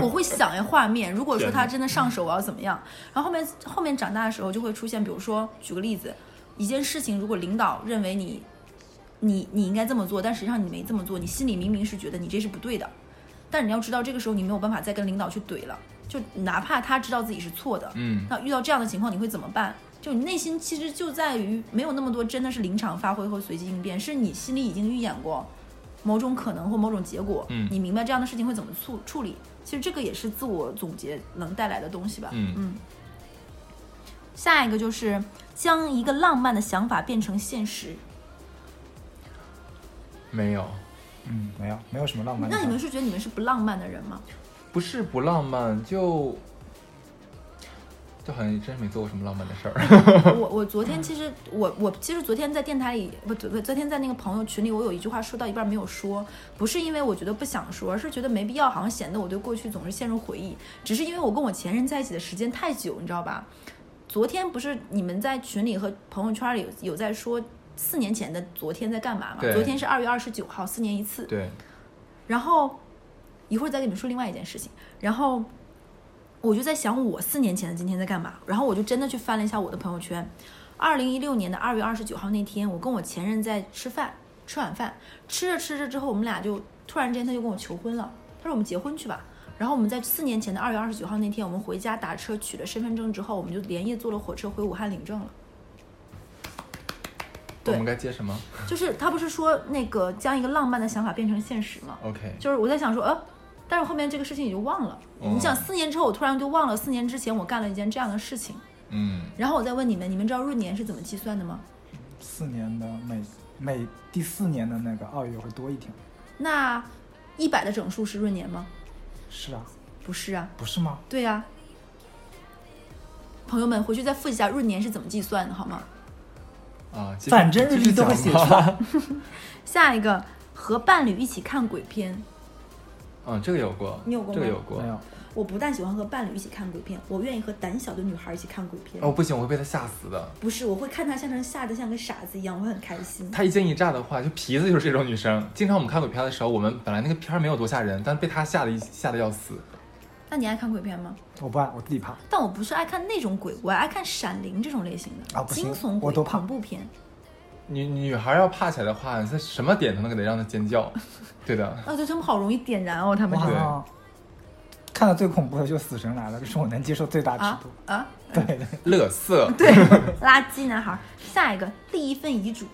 B: 我会想呀画面，如果说
C: 天
B: 他
C: 哪
B: 真的上手，我要怎么样？然后后面后面长大的时候就会出现，比如说举个例子，一件事情，如果领导认为你你你应该这么做，但实际上你没这么做，你心里明明是觉得你这是不对的，但你要知道这个时候你没有办法再跟领导去怼了，就哪怕他知道自己是错的，
C: 嗯，
B: 那遇到这样的情况你会怎么办？就你内心其实就在于没有那么多真的是临场发挥和随机应变，是你心里已经预演过某种可能或某种结果，
C: 嗯
B: 你明白这样的事情会怎么处处理。其实这个也是自我总结能带来的东西吧。
C: 嗯
B: 下一个就是将一个浪漫的想法变成现实。
C: 没有，
D: 嗯，没有，没有什么浪漫
B: 那
D: 的想法。
B: 你们是觉得你们是不浪漫的人吗？
C: 不是不浪漫，就就好像真没做过什么浪漫的事 儿。
B: 我我昨天其实我我其实昨天在电台里，不昨昨天在那个朋友群里，我有一句话说到一半没有说，不是因为我觉得不想说，而是觉得没必要，好像显得我对过去总是陷入回忆，只是因为我跟我前任在一起的时间太久，你知道吧？昨天不是你们在群里和朋友圈里有有在说四年前的昨天在干嘛吗？
C: 对
B: 昨天是二月二十九号，四年一次。
C: 对，
B: 然后一会儿再跟你们说另外一件事情。然后我就在想，我四年前的今天在干嘛？然后我就真的去翻了一下我的朋友圈。二零一六年的二月二十九号那天，我跟我前任在吃饭，吃晚饭，吃着吃着之后，我们俩就突然之间他就跟我求婚了，他说我们结婚去吧。然后我们在四年前的二月二十九号那天，我们回家打车取了身份证之后，我们就连夜坐了火车回武汉领证了。
C: 我
B: 对
C: 们该接什么
B: 就是他不是说那个将一个浪漫的想法变成现实吗？
C: ？OK，
B: 就是我在想说，呃，但是后面这个事情也就忘了。
C: 嗯
B: 你想，四年之后我突然就忘了，四年之前我干了一件这样的事情。
C: 嗯，
B: 然后我再问你们，你们知道闰年是怎么计算的吗？
D: 四年的每每第四年的那个二月会多一天。
B: 那一百的整数是闰年吗？
D: 是啊，
B: 不是啊，
D: 不是吗？
B: 对呀、朋友们回去再复习一下闰年是怎么计算的，好吗？
C: 啊，继续
D: 反正日历都会写出。来。
B: 下一个和伴侣一起看鬼片，
C: 嗯，这个有过，
B: 你有过吗
C: 这个有过
D: 没。有，
B: 我不但喜欢和伴侣一起看鬼片，我愿意和胆小的女孩一起看鬼片。
C: 哦，不行，我会被他吓死的。
B: 不是，我会看她像成吓得像个傻子一样，我很开心。
C: 她一惊一乍的话，就皮子就是这种女生。经常我们看鬼片的时候，我们本来那个片儿没有多吓人，但被她吓得一吓得要死。
B: 那你爱看鬼片吗？
D: 我不爱，我自己怕。
B: 但我不是爱看那种鬼，我爱看《闪灵》这种类型的
D: 啊不行
B: 惊悚
D: 我
B: 鬼、
D: 都怕
B: 恐怖片。
C: 女女孩要怕起来的话，你在什么点都能给她让她尖叫。对的，
B: 啊，对他们好容易点燃哦，他
D: 我
B: 们
D: 好
B: 就
D: 像看到最恐怖的就是《死神来了》，这是我能接受最大尺
B: 啊
D: 度。
B: 啊，
D: 对对，
C: 乐色。
B: 对，垃圾男孩。下一个立一份遗嘱，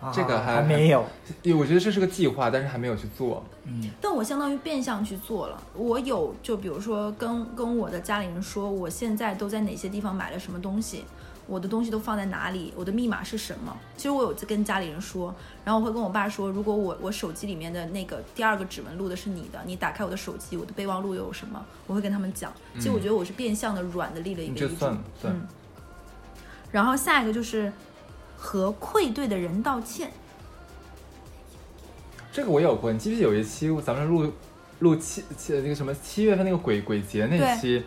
D: 啊
C: 这个还
D: 还没有。
C: 对，我觉得这是个计划，但是还没有去做。
D: 嗯，
B: 但我相当于变相去做了。我有就比如说跟跟我的家里人说，我现在都在哪些地方买了什么东西，我的东西都放在哪里，我的密码是什么。其实我有次跟家里人说，然后我会跟我爸说，如果我我手机里面的那个第二个指纹录的是你的，你打开我的手机，我的备忘录又有什么？我会跟他们讲。其实我觉得我是变相的软的立了一
C: 嗯你
B: 个
C: 这
B: 遗嘱
C: 算。算
B: 嗯然后下一个就是和愧对的人道歉。
C: 这个我有过，你记不记得有一期咱们录录七七那个什么七月份那个鬼鬼节那期，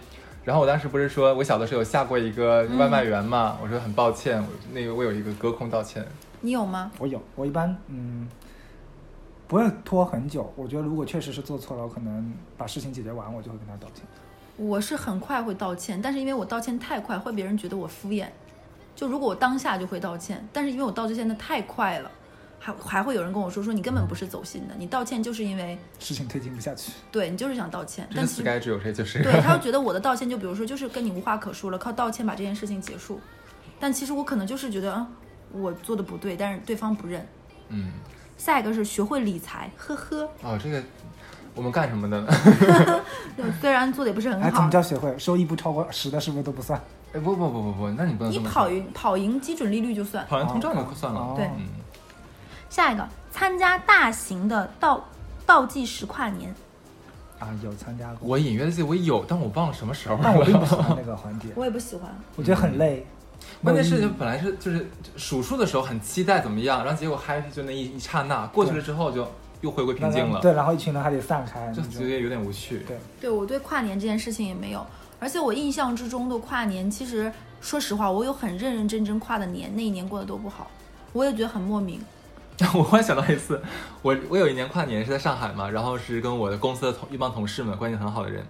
C: 然后我当时不是说我小的时候有下过一个
D: 嗯
C: 外卖员嘛，我说很抱歉，我那个我有一个隔空道歉，
B: 你有吗？
D: 我有，我一般嗯不会拖很久。我觉得如果确实是做错了，我可能把事情解决完，我就会跟他道歉。
B: 我是很快会道歉，但是因为我道歉太快，会别人觉得我敷衍。就如果我当下就会道歉，但是因为我道歉的太快了，还还会有人跟我说说你根本不是走心的，你道歉就是因为
D: 事情推进不下去，
B: 对你就是想道歉，
C: 真
B: 但
C: 的
B: 其
C: 死
B: 实
C: 该只有谁就是。
B: 对他又觉得我的道歉就比如说就是跟你无话可说了，靠道歉把这件事情结束，但其实我可能就是觉得啊、我做的不对，但是对方不认。
C: 嗯，
B: 下一个是学会理财，呵 呵，
C: 哦，这个我们干什么的呢？
B: 虽然做的也不是很
D: 哎，怎
B: 好
D: 么，叫学会？收益不超过十的，是不是都不算？
C: 哎，不不不不不，那你不能
B: 你
C: 这么
B: 跑
C: 说
B: 赢跑赢基准利率就算。
C: 跑赢通胀就算了。
D: 哦
B: 对
C: 嗯，
B: 下一个，参加大型的倒倒计时跨年，
D: 啊，有参加过，
C: 我隐约记得我有，但我忘了什么时候
D: 但我并
C: 了。
D: 不 喜欢那个环节，
B: 我也不喜欢。
D: 我觉得很累。
C: 关键是
D: 没有
C: 就
D: 意义
C: 本来是就是数数的时候很期待怎么样，然后结果 happy 就那一一刹那过去了之后就又回归平静了，
D: 对，然后一群人还得散开，
C: 就
D: 那
C: 觉
D: 种
C: 得有点无趣。
D: 对
B: 对我对跨年这件事情也没有，而且我印象之中的跨年，其实说实话，我有很认认真真跨的年，那一年过得都不好，我也觉得很莫名。
C: 我忽然想到一次，我我有一年跨年是在上海嘛，然后是跟我的公司的同一帮同事们关系很好的人，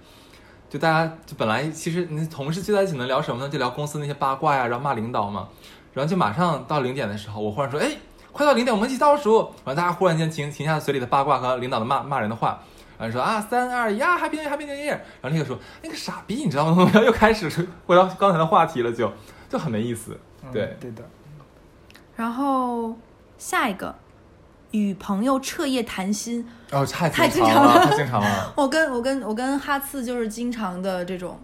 C: 就大家就本来其实你同事聚在一起能聊什么呢？就聊公司那些八卦呀，然后骂领导嘛，然后就马上到零点的时候，我忽然说，哎，快到零点，我们一起倒数，然后大家忽然间停停下嘴里的八卦和领导的骂骂人的话。然后说啊，三二一啊，Happy New Year，Happy New Year。然后那个说，那个傻逼，你知道吗？然后又开始回到刚才的话题了就，就很没意思。
D: 嗯
C: 对，
D: 对的，
B: 然后下一个，与朋友彻夜谈心，
C: 哦，太
B: 太
C: 经
B: 经
C: 常
B: 常
C: 了，
B: 了
C: 太经常了。
B: 我跟我跟我跟哈次就是经常的这种。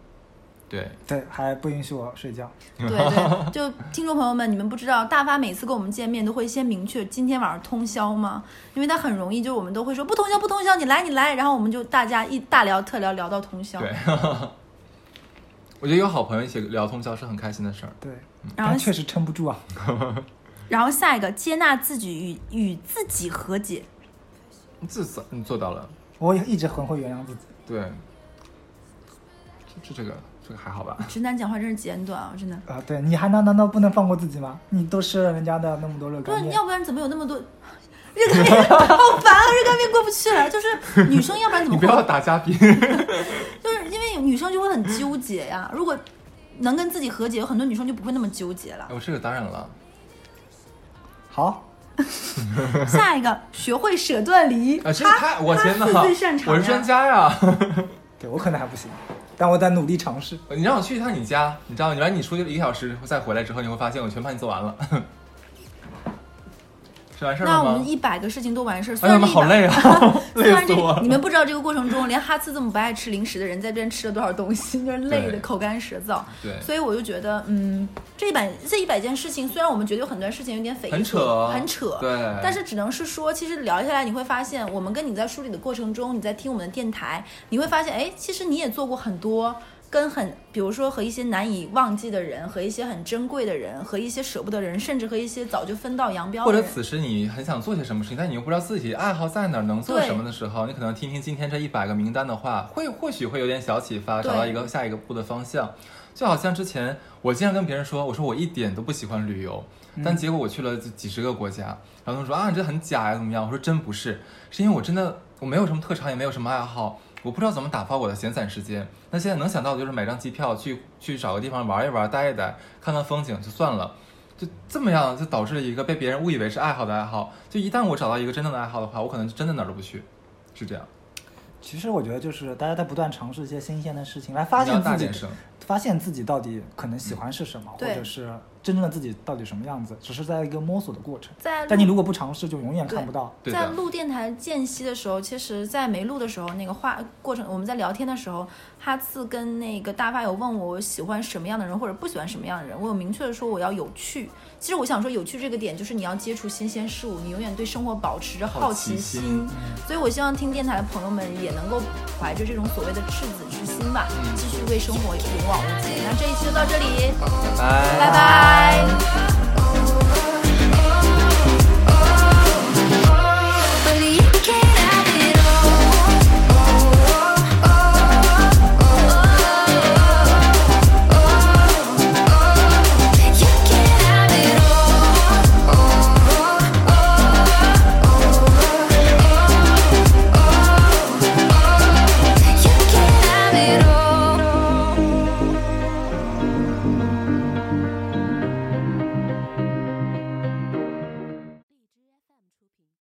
C: 对，
D: 对，还不允许我睡觉。
B: 对对，就听众朋友们，你们不知道，大发每次跟我们见面都会先明确今天晚上通宵吗？因为他很容易，就是我们都会说不通宵不通宵，你来你来，然后我们就大家一大聊特聊聊到通宵。
C: 对， 我觉得有好朋友一起聊通宵是很开心的事儿。
D: 对，
B: 然后
D: 但确实撑不住啊。
B: 然后下一个接纳自己与与自己和解，
C: 至少你嗯做到了，
D: 我也一直很会原谅自己。
C: 对，这这这个这个还好吧？
B: 直男讲话真是简短啊，真的。
D: 啊，对，你还难难道不能放过自己吗？你都吃了人家的那么多热
B: 不是
D: 干，面
B: 要，不然怎么有那么多 热干面？好烦啊，热干面过不去了。就是女生，要不然怎
C: 你
B: 么
C: 不
B: 会？
C: 要打 嘉宾，
B: 就是因为女生就会很纠结呀、如果能跟自己和解，有很多女生就不会那么纠结了。
C: 哎我这个当然了，
D: 好，
B: 下一个，学会舍断离。
C: 啊，这个
B: 他
C: 太我
B: 他
C: 天哪
B: 是最擅，长
C: 我
B: 呀
C: 是专家呀！
D: 对我可能还不行，但我在努力尝试。
C: 你让我去一趟你家，你知道吗，你让你出去一个小时再回来之后，你会发现我全帮你做完了。 是完事儿
B: 那
C: 了
B: 我
C: 吗
B: 们？一百个事情都完事儿，虽
C: 哎呀
B: 然
C: 妈，好
B: 100
C: 累啊，
B: 虽
C: 累
B: 然
C: 死
B: 这
C: 我
B: 个
C: 了
B: 你。们不知道这个过程中，连哈次这么不爱吃零食的人，在这边吃了多少东西， 就是累
C: 对
B: 的口干舌燥。
C: 对
B: 所以我就觉得，嗯，这一百这一百件事情，虽然我们觉得有很多事情有点匪夷
C: 很
B: 所
C: 扯
B: 很扯，
C: 对
B: 但是只能是说，其实聊下来你会发现，我们跟你在梳理的过程中，你在听我们的电台，你会发现，哎，其实你也做过很多。跟很，比如说和一些难以忘记的人，和一些很珍贵的人，和一些舍不得的人，甚至和一些早就分道扬镳
C: 或
B: 的
C: 者
B: 人，
C: 此时你很想做些什么事情，但你又不知道自己爱好在哪儿，能做
B: 对
C: 什么的时候，你可能听听今天这一百个名单的话，会或许会有点小启发，
B: 对
C: 找到一个下一个步的方向。就好像之前我经常跟别人说，我说我一点都不喜欢旅游，但结果我去了几几十个国家，然后他们说啊你这很假呀怎么样？我说真不是，是因为我真的我没有什么特长，也没有什么爱好。我不知道怎么打发我的闲散时间。那现在能想到的就是买张机票去去找个地方玩一玩、待一待、看看风景就算了。就这么样，就导致了一个被别人误以为是爱好的爱好。就一旦我找到一个真正的爱好的话，我可能就真的哪儿都不去，是这样。
D: 其实我觉得就是大家在不断尝试一些新鲜的事情，来发
C: 你要
D: 现
C: 大
D: 自己
C: 点声，
D: 发现自己到底可能喜欢是什么，或
B: 对
D: 者是真正的自己到底什么样子，只是在一个摸索的过程。
B: 在
D: 但你如果不尝试，就永远看不到。
C: 对
B: 在
C: 的，
B: 录电台间隙的时候，其实，在没录的时候，那个话过程，我们在聊天的时候，哈次跟那个大发有问我喜欢什么样的人，或者不喜欢什么样的人，我有明确的说我要有趣。其实我想说，有趣这个点就是你要接触新鲜事物，你永远对生活保持着好奇
C: 好奇心
B: 所以我希望听电台的朋友们也能够怀着这种所谓的赤子之心吧，
C: 哎
B: 继续为生活勇往无前。那这一期就到这里，
C: 拜
B: 拜拜